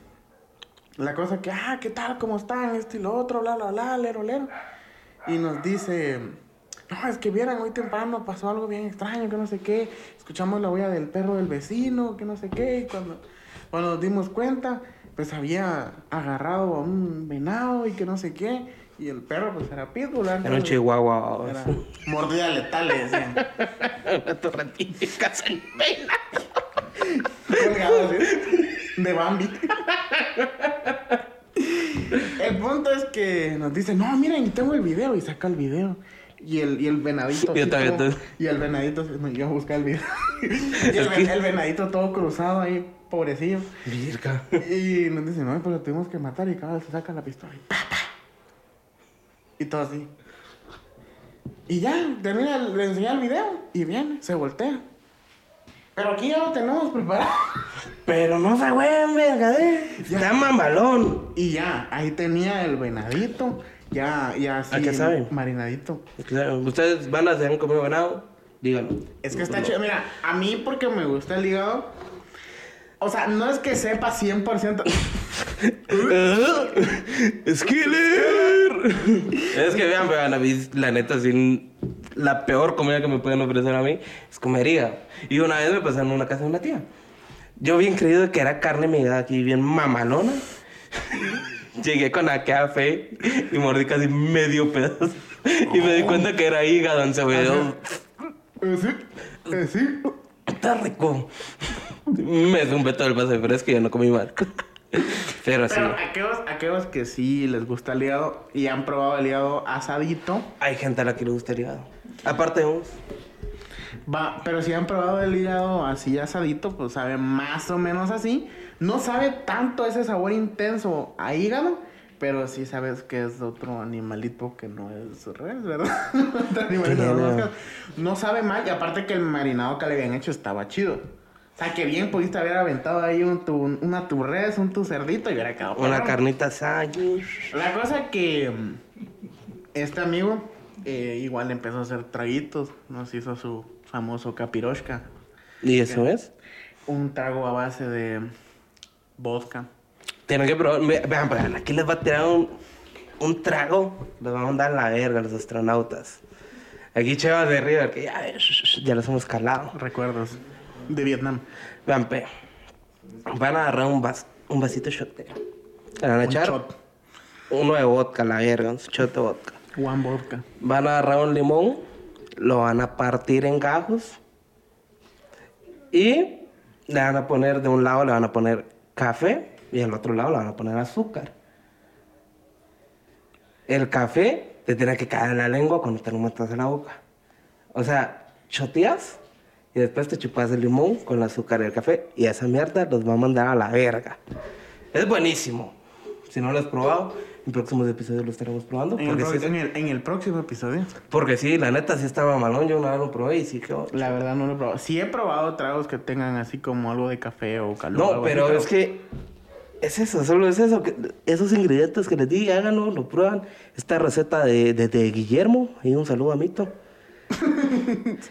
Speaker 3: La cosa que, ah, ¿qué tal? ¿Cómo están? Esto y lo otro, bla, bla, bla, lero, lero. Y nos dice, no, es que vieran, hoy temprano pasó algo bien extraño, que no sé qué. Escuchamos la huella del perro del vecino, que no sé qué. Y cuando, cuando nos dimos cuenta, pues había agarrado a un venado y que no sé qué. Y el perro, pues era pitbull.
Speaker 2: Era un
Speaker 3: entonces,
Speaker 2: chihuahua.
Speaker 3: Era mordida letal, le decían.
Speaker 2: Una torretilla y casa en pena.
Speaker 3: colgado así, ¿eh? de Bambi. El punto es que nos dice, no, miren, tengo el video y saca el video. Y el, y el venadito.
Speaker 2: Yo
Speaker 3: así
Speaker 2: también,
Speaker 3: todo-
Speaker 2: tú.
Speaker 3: y el venadito. así- no, Yo voy a buscar el video. y el,
Speaker 2: Es que-
Speaker 3: ven- el venadito todo cruzado ahí, pobrecillo.
Speaker 2: Virga.
Speaker 3: Y nos dicen, no, pues lo tuvimos que matar. Y cada vez se saca la pistola. Y, pa, pa. y todo así. Y ya, termina, le enseña el video. Y viene, se voltea. Pero aquí ya lo tenemos preparado.
Speaker 2: Pero no se güey, verga, eh. Está mamalón.
Speaker 3: Y ya, ahí tenía el venadito. Ya, ya así.
Speaker 2: ¿A qué sabe?
Speaker 3: Marinadito.
Speaker 2: Es que, ¿saben? Ustedes van a se han comido ganado, díganlo.
Speaker 3: Es que está chido. Mira, a mí porque me gusta el hígado. O sea, no es que sepa 100%.
Speaker 2: ¡Skiller! es que vean, vean, a mí, la neta, sin la peor comida que me pueden ofrecer a mí es comer hígado. Y una vez me pasé en una casa de una tía. Yo bien creído que era carne migada aquí, bien mamalona. Llegué con aquella fe y mordí casi medio pedazo. Y me di cuenta que era hígado encebollado.
Speaker 3: Eh, sí, eh, sí.
Speaker 2: Está rico. Me zumbé todo el vaso de fresco y ya no comí más. Pero sí,
Speaker 3: Pero aquellos, aquellos que sí les gusta el hígado y han probado el hígado asadito.
Speaker 2: hay gente a la que le gusta el hígado. Aparte de vos.
Speaker 3: Va, pero si han probado el hígado así asadito, pues sabe más o menos así. No sabe tanto ese sabor intenso a hígado, pero sí sabes que es otro animalito que no es res, ¿verdad? Otro animalito no,
Speaker 2: Tiene-
Speaker 3: es res. No sabe mal, y aparte que el marinado que le habían hecho estaba chido. O sea, que bien pudiste haber aventado ahí un tu, una tu res, un tu cerdito y hubiera quedado
Speaker 2: Una
Speaker 3: perrón.
Speaker 2: carnita asada.
Speaker 3: La cosa que mm, este amigo eh, igual empezó a hacer traguitos, nos hizo su famoso capiroshka,
Speaker 2: ¿Y eso es?
Speaker 3: un trago a base de vodka.
Speaker 2: Tienen que probar. Ve- Vean, vean, aquí les va a tirar un, un trago. Les va a mandar la verga a los astronautas. Aquí chavas de River, que ya, ya los hemos calado.
Speaker 3: Recuerdos de Vietnam.
Speaker 2: Vean, pe. Van a agarrar un, vas, un vasito shotero. Le van a
Speaker 3: Un
Speaker 2: echar
Speaker 3: shot,
Speaker 2: uno de vodka, la verga, un shot de vodka.
Speaker 3: one vodka.
Speaker 2: Van a agarrar un limón, lo van a partir en gajos y le van a poner, de un lado le van a poner café y al otro lado le van a poner azúcar. El café te tiene que caer en la lengua cuando te lo metas en la boca. O sea, choteas y después te chupas el limón con el azúcar y el café y esa mierda los va a mandar a la verga. Es buenísimo. Si no lo has probado, en próximos episodios lo estaremos probando.
Speaker 3: En el,
Speaker 2: porque
Speaker 3: pro-
Speaker 2: sí es-
Speaker 3: en el- en el próximo episodio.
Speaker 2: porque sí, la neta sí estaba malón, yo una vez lo probé y sí que...
Speaker 3: La verdad no lo he probado. Sí he probado tragos que tengan así como algo de café o calor.
Speaker 2: No,
Speaker 3: algo así,
Speaker 2: pero es que es eso, solo es eso, que esos ingredientes que les di, háganlo, lo prueban. Esta receta de, de, de Guillermo, y un saludo a Mito.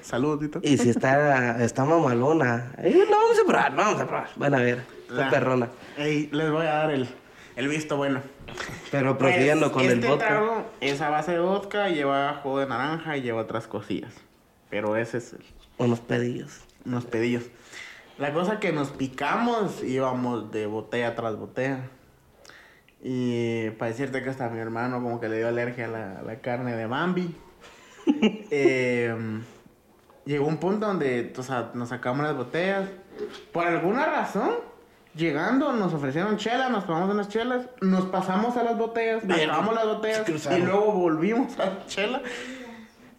Speaker 3: Salud, Tito.
Speaker 2: Y si está, está mamalona, eh, no vamos a probar, no vamos a probar, van a ver,
Speaker 3: La-
Speaker 2: está perrona.
Speaker 3: Ey, les voy a dar el, el visto bueno.
Speaker 2: Pero
Speaker 3: Pues,
Speaker 2: prosiguiendo con el
Speaker 3: este
Speaker 2: vodka.
Speaker 3: trago es a base de vodka, lleva jugo de naranja y lleva otras cosillas. Pero ese es el-
Speaker 2: unos pedillos.
Speaker 3: unos pedillos. La cosa que nos picamos íbamos de botella tras botella. Y para decirte que hasta mi hermano como que le dio alergia a la, a la carne de Bambi. Eh, llegó un punto donde o sea, nos sacamos las botellas. Por alguna razón, llegando nos ofrecieron chelas, nos tomamos unas chelas, nos pasamos a las botellas,
Speaker 2: Verga.
Speaker 3: acabamos las botellas
Speaker 2: Se cruzaron.
Speaker 3: y luego volvimos a la chela.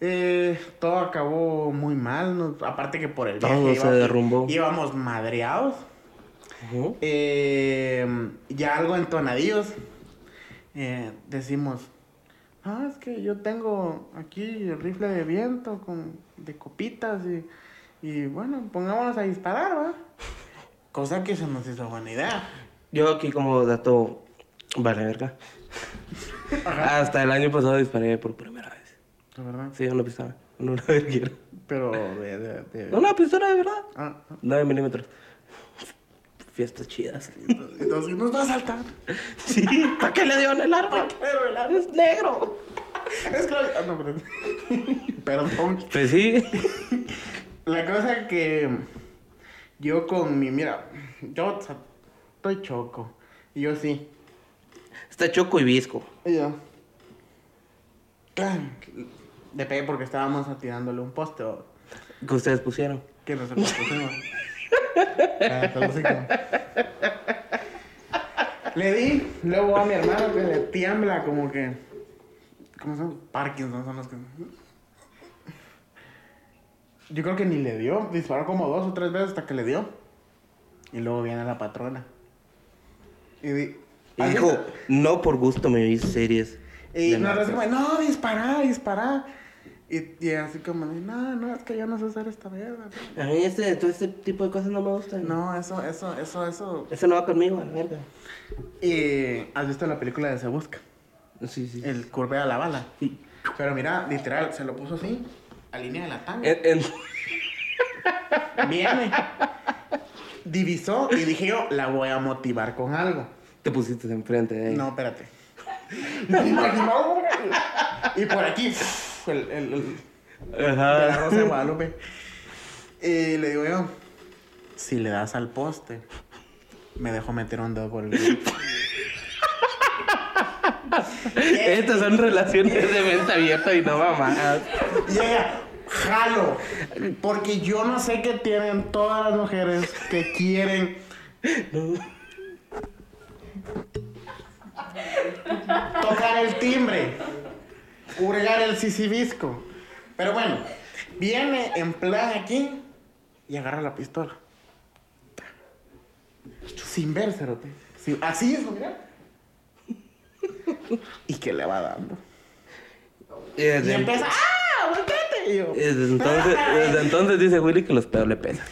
Speaker 3: Eh, todo acabó muy mal, nos- aparte que por el viaje
Speaker 2: Todo se
Speaker 3: íbamos-
Speaker 2: derrumbó.
Speaker 3: íbamos madreados.
Speaker 2: Ujú.
Speaker 3: Eh, ya algo entonadillos. Eh, decimos, ah, es que yo tengo aquí el rifle de viento con, de copitas y, y bueno, pongámonos a disparar, ¿va? Cosa que se nos hizo buena idea.
Speaker 2: Yo aquí como dato, vale verga. Hasta el año pasado disparé por primera vez.
Speaker 3: La verdad.
Speaker 2: Sí, una pistola, una verguera.
Speaker 3: Pero de... de- de-
Speaker 2: Una pistola pues, de verdad.
Speaker 3: Ah,
Speaker 2: 9 milímetros. Fiestas chidas.
Speaker 3: entonces nos va a saltar.
Speaker 2: Sí, ¿para qué le dieron el arma? Es negro.
Speaker 3: Es que... Ah, no, perdón. Perdón.
Speaker 2: Pues sí.
Speaker 3: La cosa que yo con mi, mira, yo o sea, estoy choco. Y yo sí.
Speaker 2: Está choco y visco.
Speaker 3: Y yo. ¡clan! Le pegué porque estábamos atirándole un poste o
Speaker 2: Que ustedes pusieron.
Speaker 3: que no se lo pusimos. Cállate el hocico. Le di, luego a mi hermano que le tiembla como que. ¿Cómo son? Parkinson son los que. Yo creo que ni le dio. Disparó como dos o tres veces hasta que le dio. Y luego viene la patrona. Y, di-
Speaker 2: Y
Speaker 3: Así
Speaker 2: dijo,
Speaker 3: está.
Speaker 2: no por gusto me vi series.
Speaker 3: Y
Speaker 2: de
Speaker 3: no,
Speaker 2: narcos".
Speaker 3: así como, no, dispará, dispará. Y, y así como, no, no, es que yo no sé hacer esta mierda.
Speaker 2: A mí este, todo este tipo de cosas no me gustan.
Speaker 3: No, eso, eso, eso, eso.
Speaker 2: Eso no va conmigo, a la verga.
Speaker 3: Y Eh, has visto la película de Se Busca,
Speaker 2: Sí, sí.
Speaker 3: el curvea la bala.
Speaker 2: Sí.
Speaker 3: Pero mira, literal, se lo puso así, a línea de la tanga.
Speaker 2: En- en-
Speaker 3: Viene. Divisó y dije yo, la voy a motivar con algo.
Speaker 2: te pusiste enfrente eh. de ahí.
Speaker 3: No, espérate. Me imaginaba, güey. y por aquí, el, el, el- de la
Speaker 2: Ajá.
Speaker 3: Rosa de Guadalupe. Y le digo yo, si le das al poste, me dejo meter un double.
Speaker 2: Estas son relaciones de mente abierta y no mamás.
Speaker 3: Y ella, jalo. Porque yo no sé qué tienen todas las mujeres que quieren. Tocar el timbre. Hurgar el sisibisco. Pero bueno, viene en plan aquí y agarra la pistola. Sin ver, cerote. Sin- Así es, mira. Y que le va dando.
Speaker 2: Y
Speaker 3: Y
Speaker 2: desde,
Speaker 3: empieza, ¡ah! ¡Volcate! Y yo,
Speaker 2: y desde entonces, desde entonces dice Willy que los pedos le pesan.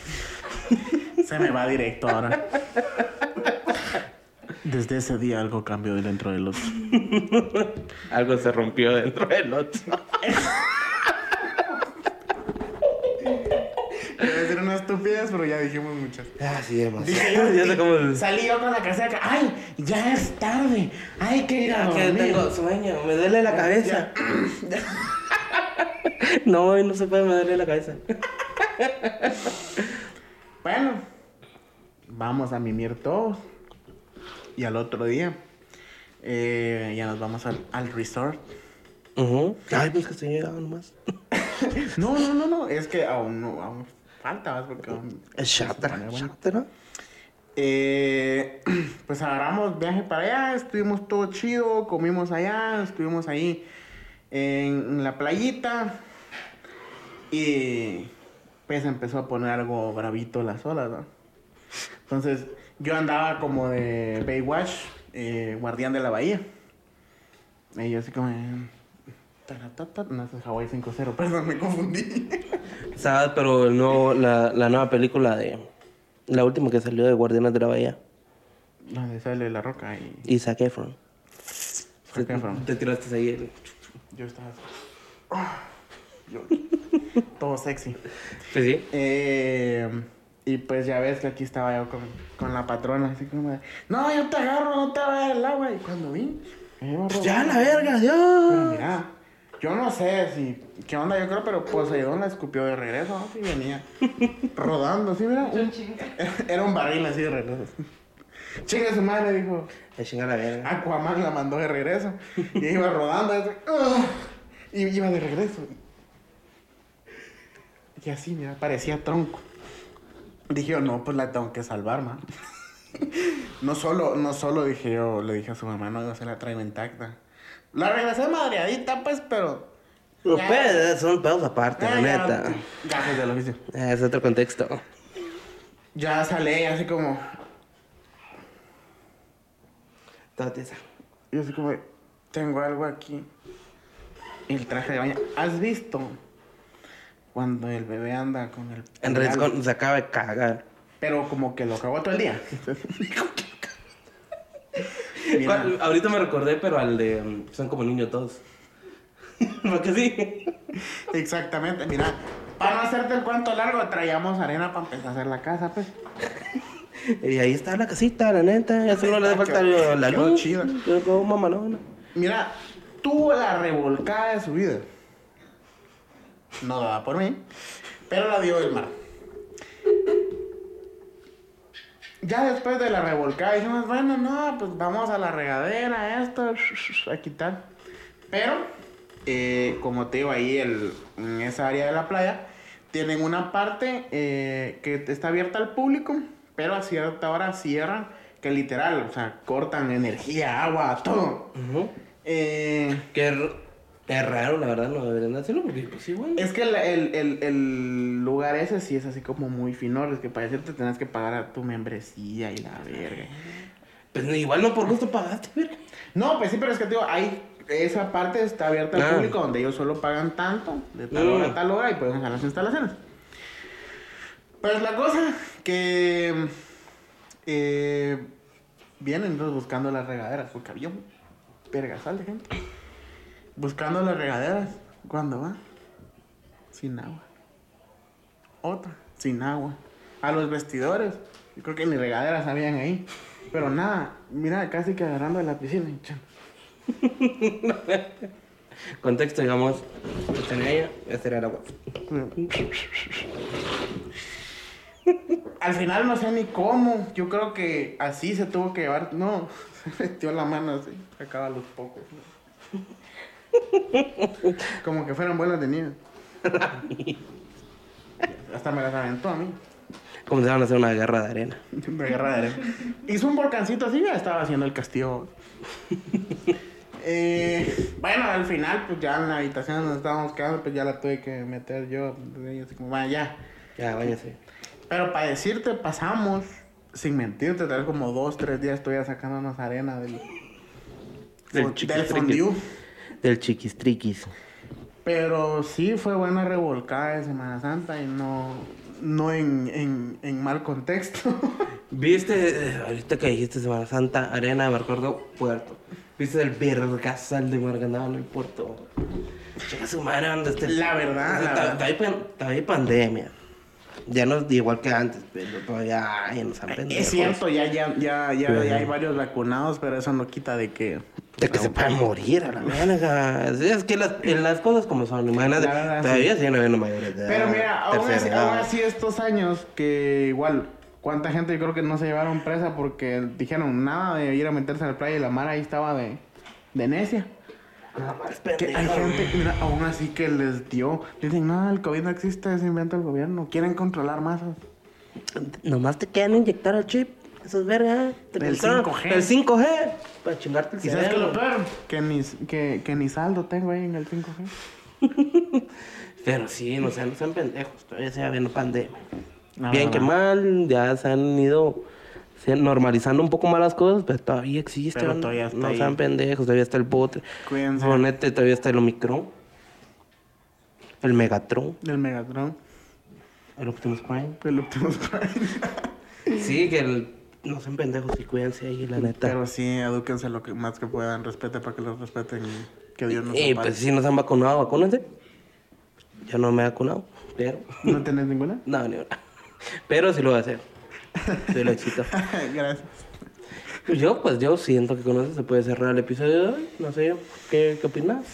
Speaker 3: Se me va directo ahora. Desde ese día algo cambió dentro de los.
Speaker 2: Algo se rompió dentro del otro.
Speaker 3: Debe ser unas estupidez, pero ya dijimos muchas.
Speaker 2: Ah, sí,
Speaker 3: Dije
Speaker 2: demasiado.
Speaker 3: yo,
Speaker 2: Ya sé cómo es.
Speaker 3: Salí yo con la casaca. ¡Ay! Ya es tarde. ¡Hay que ir a
Speaker 2: Ah, que
Speaker 3: dormir!
Speaker 2: tengo sueño, me duele la cabeza. No, hoy no se puede, me duele la cabeza.
Speaker 3: Bueno, vamos a mimir todos. Y al otro día, eh, ya nos vamos al, al resort.
Speaker 2: Ujú. Ay, pues que estoy llegando nomás.
Speaker 3: No, no, no, no. Es que aún, no, aún falta, ¿vas? Porque aún-
Speaker 2: Shatra, shatra.
Speaker 3: Eh, pues agarramos viaje para allá, estuvimos todo chido, comimos allá, estuvimos ahí en la playita y pues empezó a poner algo bravito las olas, ¿no? Entonces yo andaba como de Baywatch, eh, guardián de la bahía. Y yo así como... eh, taratata, No, eso es Hawaii 5-0, perdón, me confundí.
Speaker 2: ¿Sabes? Pero el nuevo- la, la nueva película de. La última que salió de Guardianes de la Bahía.
Speaker 3: Donde sale la roca y...
Speaker 2: Isaac Efron.
Speaker 3: Zac Efron.
Speaker 2: Te, te tiraste ahí. el-
Speaker 3: Yo estaba así. Ah, yo- todo sexy.
Speaker 2: Pues sí.
Speaker 3: Eh, y pues ya ves que aquí estaba yo con, con la patrona, así como de, no, yo te agarro, no te vayas al agua. Y cuando vi, me iba a
Speaker 2: Ya,
Speaker 3: robar.
Speaker 2: la verga,
Speaker 3: Pero
Speaker 2: Dios.
Speaker 3: mira, yo no sé si, qué onda, yo creo, pero Poseidón la escupió de regreso, ¿no? Sí, venía rodando, sí, mira. un- era un barril así de regreso. Chinga su madre, dijo.
Speaker 2: Me chinga la verga.
Speaker 3: Aquaman la mandó de regreso. Y iba rodando. así, ¡ah! y iba de regreso. Y así, mira, parecía tronco. Dije yo, no, pues la tengo que salvar, man. No solo, no solo dije yo, le dije a su mamá, no, yo se la traigo intacta. La regresé madreadita, pues, pero.
Speaker 2: Los
Speaker 3: ya-
Speaker 2: pedos son pedos aparte, la
Speaker 3: ya-
Speaker 2: neta.
Speaker 3: Gajos del oficio.
Speaker 2: Ah, Es otro contexto.
Speaker 3: Ya salí así como.
Speaker 2: Todo tiesa.
Speaker 3: Y así como, tengo algo aquí. El traje de baño. ¿Has visto? Cuando el bebé anda con el...
Speaker 2: En
Speaker 3: pañal?
Speaker 2: Redcon se acaba de cagar.
Speaker 3: Pero como que lo cagó todo el día. Mira,
Speaker 2: ¿Cuál? Ahorita me recordé, pero al de. mm, Son como niños todos. Porque sí.
Speaker 3: exactamente, mira. Para no hacerte el cuento largo, traíamos arena para empezar a hacer la casa, pues.
Speaker 2: Y ahí está la casita, la neta. Ya solo le hace falta la la
Speaker 3: Quedó
Speaker 2: luz.
Speaker 3: chida.
Speaker 2: Yo como mamalona.
Speaker 3: Mira, tuvo la revolcada de su vida. No daba por mí, pero la dio el mar. Ya después de la revolcada dijimos, bueno, no, pues vamos a la regadera, esto, a quitar. Pero, eh, como te digo, ahí el- en esa área de la playa, tienen una parte eh, que está abierta al público, pero a cierta hora cierran, que literal, o sea, cortan energía, agua, todo.
Speaker 2: Ujú.
Speaker 3: Eh,
Speaker 2: Que r- Es raro, la verdad, no deberían de hacerlo porque, pues, igual.
Speaker 3: Es que el, el- el- el lugar ese sí es así como muy fino, es que para eso te tenés que pagar a tu membresía y la verga.
Speaker 2: Pues no, igual no por gusto pagaste, verga.
Speaker 3: No, pues sí, pero es que te digo, hay, esa parte está abierta al
Speaker 2: Ah.
Speaker 3: público donde ellos solo pagan tanto, de tal
Speaker 2: Mm.
Speaker 3: hora a tal hora, y pueden usar las instalaciones. Pues la cosa que eh, vienen pues, buscando las regaderas, porque había un pergasal de gente. Buscando las regaderas, ¿cuándo va? Sin agua. Otra, sin agua. A los vestidores, yo creo que ni regaderas habían ahí. Pero nada, mira, casi que agarrando de la piscina. y chan.
Speaker 2: Contexto, digamos, esta era ella, esta era el agua.
Speaker 3: Al final no sé ni cómo. Yo creo que así se tuvo que llevar. No, se metió la mano así. Acaba los pocos. ¿no? Como que fueran bolas de nieve. Hasta me las aventó a mí.
Speaker 2: Comenzaron a hacer una guerra de arena.
Speaker 3: Me agarra de arena. Hizo un volcancito así, ya estaba haciendo el castillo. Eh, bueno, al final, pues ya en la habitación donde estábamos quedando, pues ya la tuve que meter yo. Entonces, así como, bueno, ya.
Speaker 2: Ya, váyase.
Speaker 3: Pero para decirte, pasamos, sin mentirte, tal vez como dos, tres días estoy sacándonos arena del,
Speaker 2: Del
Speaker 3: fon-
Speaker 2: chiquistriquis.
Speaker 3: fondue.
Speaker 2: Del chiquistriquis.
Speaker 3: Pero sí fue buena revolcada de Semana Santa y no, no en, en, en mal contexto.
Speaker 2: ¿Viste? eh, Ahorita que dijiste Semana Santa, Arena, me acuerdo, puerto. ¿Viste el vergasal de Marganaba en el puerto? Chica su madre, ¿dónde está el-
Speaker 3: La verdad,
Speaker 2: Está-
Speaker 3: la verdad.
Speaker 2: está ahí pan- Está ahí pandemia. Ya no es igual que antes, pero todavía hay en San Pedro.
Speaker 3: es cierto, ya, ya, ya, ya,
Speaker 2: Ajá.
Speaker 3: ya hay varios vacunados, pero eso no quita de que...
Speaker 2: De que se puede morir a la verga. Sí, Es que las, en las cosas como son, imagínate.
Speaker 3: La verdad,
Speaker 2: todavía siguen habiendo mayores de edad,
Speaker 3: Pero mira, aún
Speaker 2: tercera
Speaker 3: así,
Speaker 2: edad.
Speaker 3: aún así estos años que igual, cuánta gente yo creo que no se llevaron presa porque dijeron nada de ir a meterse a la playa y la mar ahí estaba de, de necia.
Speaker 2: Nada más
Speaker 3: Que hay
Speaker 2: pendejo.
Speaker 3: gente, mira, aún así que les dio, dicen, no, el COVID no existe, se inventa el gobierno, quieren controlar masas.
Speaker 2: Nomás te quedan inyectar el chip. Eso es verga. Te
Speaker 3: El
Speaker 2: controlan
Speaker 3: 5G.
Speaker 2: El 5G. Para chingarte el
Speaker 3: ¿Y sabes qué es
Speaker 2: cerebro.
Speaker 3: lo peor? Que ni, que, que ni saldo tengo ahí en el 5G.
Speaker 2: Pero sí, no sean, no sean pendejos, todavía sigue habiendo pandemia.
Speaker 3: La
Speaker 2: Bien
Speaker 3: verdad.
Speaker 2: que mal, ya se han ido se- normalizando un poco más las cosas, pero todavía existe.
Speaker 3: Pero
Speaker 2: ¿no?
Speaker 3: todavía está
Speaker 2: no
Speaker 3: ahí.
Speaker 2: sean pendejos, todavía está el bote.
Speaker 3: Cuídense.
Speaker 2: Ponete, todavía está el Omicron. El Megatron,
Speaker 3: Del Megatron,
Speaker 2: el Optimus Prime.
Speaker 3: el Optimus Prime.
Speaker 2: Sí, que el- no sean pendejos y cuídense ahí, la neta.
Speaker 3: Pero sí, edúquense lo que más que puedan, respeten para que los respeten y que Dios nos
Speaker 2: y
Speaker 3: ampare.
Speaker 2: pues si no se han vacunado, vacúnense. Yo no me he vacunado, pero.
Speaker 3: ¿No tenés ninguna?
Speaker 2: No, ni una. Pero sí lo voy a hacer. Soy lo éxito.
Speaker 3: Gracias.
Speaker 2: Yo, pues yo siento que con eso se puede cerrar el episodio de hoy. No sé, ¿qué, qué opinas?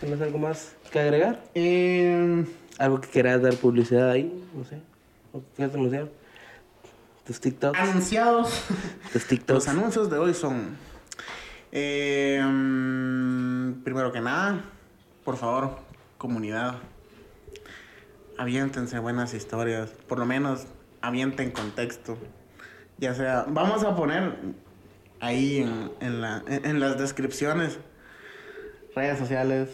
Speaker 2: ¿Tienes algo más que agregar?
Speaker 3: Eh,
Speaker 2: ¿Algo que quieras dar publicidad ahí? No sé. ¿O qué quieras anunciar? ¿Tus TikToks?
Speaker 3: anunciados.
Speaker 2: ¿Tus
Speaker 3: Los
Speaker 2: TikToks?
Speaker 3: anuncios de hoy son. eh, mm, primero que nada, por favor, comunidad, aviéntense buenas historias. Por lo menos, avienten contexto. Ya sea, vamos a poner ahí en, en la- en- en las descripciones redes sociales.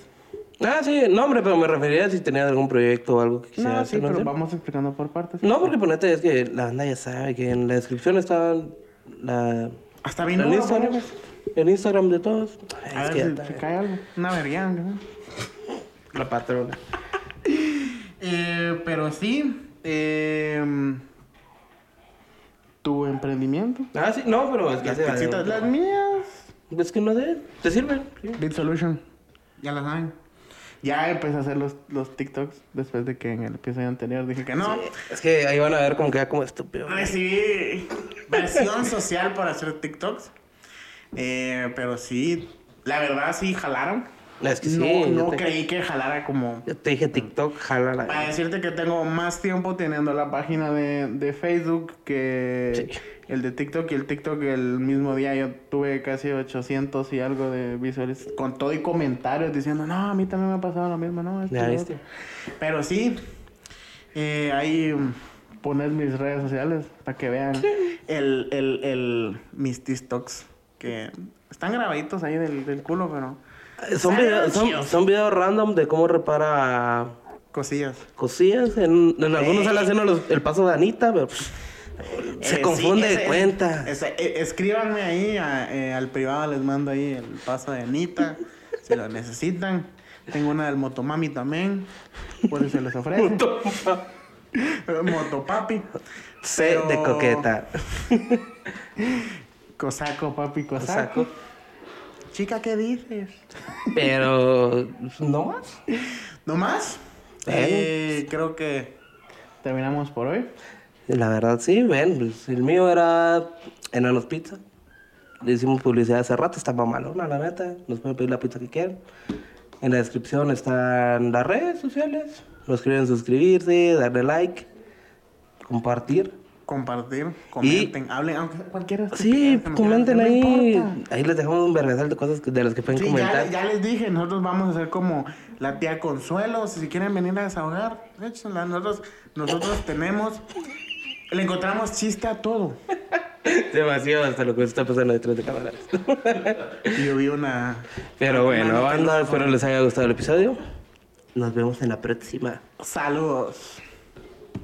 Speaker 2: Ah, sí, no, hombre, pero me refería a si tenías algún proyecto o algo que quisieras
Speaker 3: No, sí, pero
Speaker 2: anunciar.
Speaker 3: vamos explicando por partes.
Speaker 2: No, porque ponete, es que la banda ya sabe que en la descripción está la...
Speaker 3: Hasta bien,
Speaker 2: El
Speaker 3: duro,
Speaker 2: Instagram,
Speaker 3: ponemos.
Speaker 2: el Instagram de todos.
Speaker 3: A
Speaker 2: Es
Speaker 3: ver
Speaker 2: que ya
Speaker 3: si
Speaker 2: está,
Speaker 3: se
Speaker 2: eh.
Speaker 3: cae algo. Una vergüenza, ¿no?
Speaker 2: La patrona.
Speaker 3: Eh, pero sí, eh, tu emprendimiento.
Speaker 2: Ah, sí, no, pero es que
Speaker 3: Las
Speaker 2: se va de-
Speaker 3: taxitas, las mías.
Speaker 2: Es que no de ¿Te sirven? Sí.
Speaker 3: Bit Solution. Ya las saben. Ya empecé a hacer los, los TikToks después de que en el episodio anterior dije que no.
Speaker 2: Es que ahí van a ver como queda como estúpido.
Speaker 3: Ah,
Speaker 2: güey.
Speaker 3: Recibí presión social para hacer TikToks. Eh, pero sí, la verdad sí jalaron.
Speaker 2: Es que sí.
Speaker 3: no
Speaker 2: yo
Speaker 3: no
Speaker 2: te,
Speaker 3: creí que jalara como
Speaker 2: yo te dije TikTok, jala la.
Speaker 3: Para decirte que tengo más tiempo teniendo la página de, de Facebook que
Speaker 2: Sí.
Speaker 3: el de TikTok. Y el TikTok el mismo día yo tuve casi 800 y algo de visuales. Con todo y comentarios diciendo, no, a mí también me ha pasado lo mismo, no. esto y
Speaker 2: Ya
Speaker 3: lo
Speaker 2: viste.
Speaker 3: otro". Pero sí, eh, ahí mm, poner mis redes sociales para que vean el, el, el, mis TikToks. Que Están grabaditos ahí del, del culo, pero.
Speaker 2: Son, video- son, son videos random de cómo repara
Speaker 3: Cosillas.
Speaker 2: cosillas. En, en algunos sale haciendo los- el paso de Anita, pero pues, se
Speaker 3: Eh, sí,
Speaker 2: confunde de
Speaker 3: ese-
Speaker 2: cuenta.
Speaker 3: ese- eh, escríbanme ahí a- eh, al privado, les mando ahí el paso de Anita, si lo necesitan. Tengo una del Motomami también, por si se les ofrece. Motopapi.
Speaker 2: C de
Speaker 3: Pero-
Speaker 2: coqueta.
Speaker 3: Cosaco, papi, cosaco.
Speaker 2: Saco.
Speaker 3: Chica, ¿qué dices?
Speaker 2: Pero no más.
Speaker 3: ¿No más? Eh, creo que terminamos por hoy.
Speaker 2: La verdad, sí, ven, pues, el mío era Enanos Pizza. Le hicimos publicidad hace rato, está mamalona, la neta. Nos pueden pedir la pizza que quieran. En la descripción están las redes sociales. Nos quieren suscribirse, darle like, compartir.
Speaker 3: Compartir, comenten, hablen, aunque cualquiera.
Speaker 2: Sí,
Speaker 3: estupidez que nos
Speaker 2: comenten
Speaker 3: digan, no me
Speaker 2: ahí.
Speaker 3: importa.
Speaker 2: Ahí les dejamos un vergasal de cosas que- de las que pueden
Speaker 3: Sí, ya,
Speaker 2: comentar.
Speaker 3: ya les dije, nosotros vamos a hacer como la tía Consuelo, si quieren venir a desahogar, échenla. Nosotros, nosotros tenemos, le encontramos chiste a todo.
Speaker 2: Demasiado hasta lo que está pasando detrás de cámaras.
Speaker 3: Y yo vi una...
Speaker 2: Pero bueno,
Speaker 3: Manita,
Speaker 2: banda, espero les haya gustado el episodio. Nos vemos en la próxima.
Speaker 3: Saludos.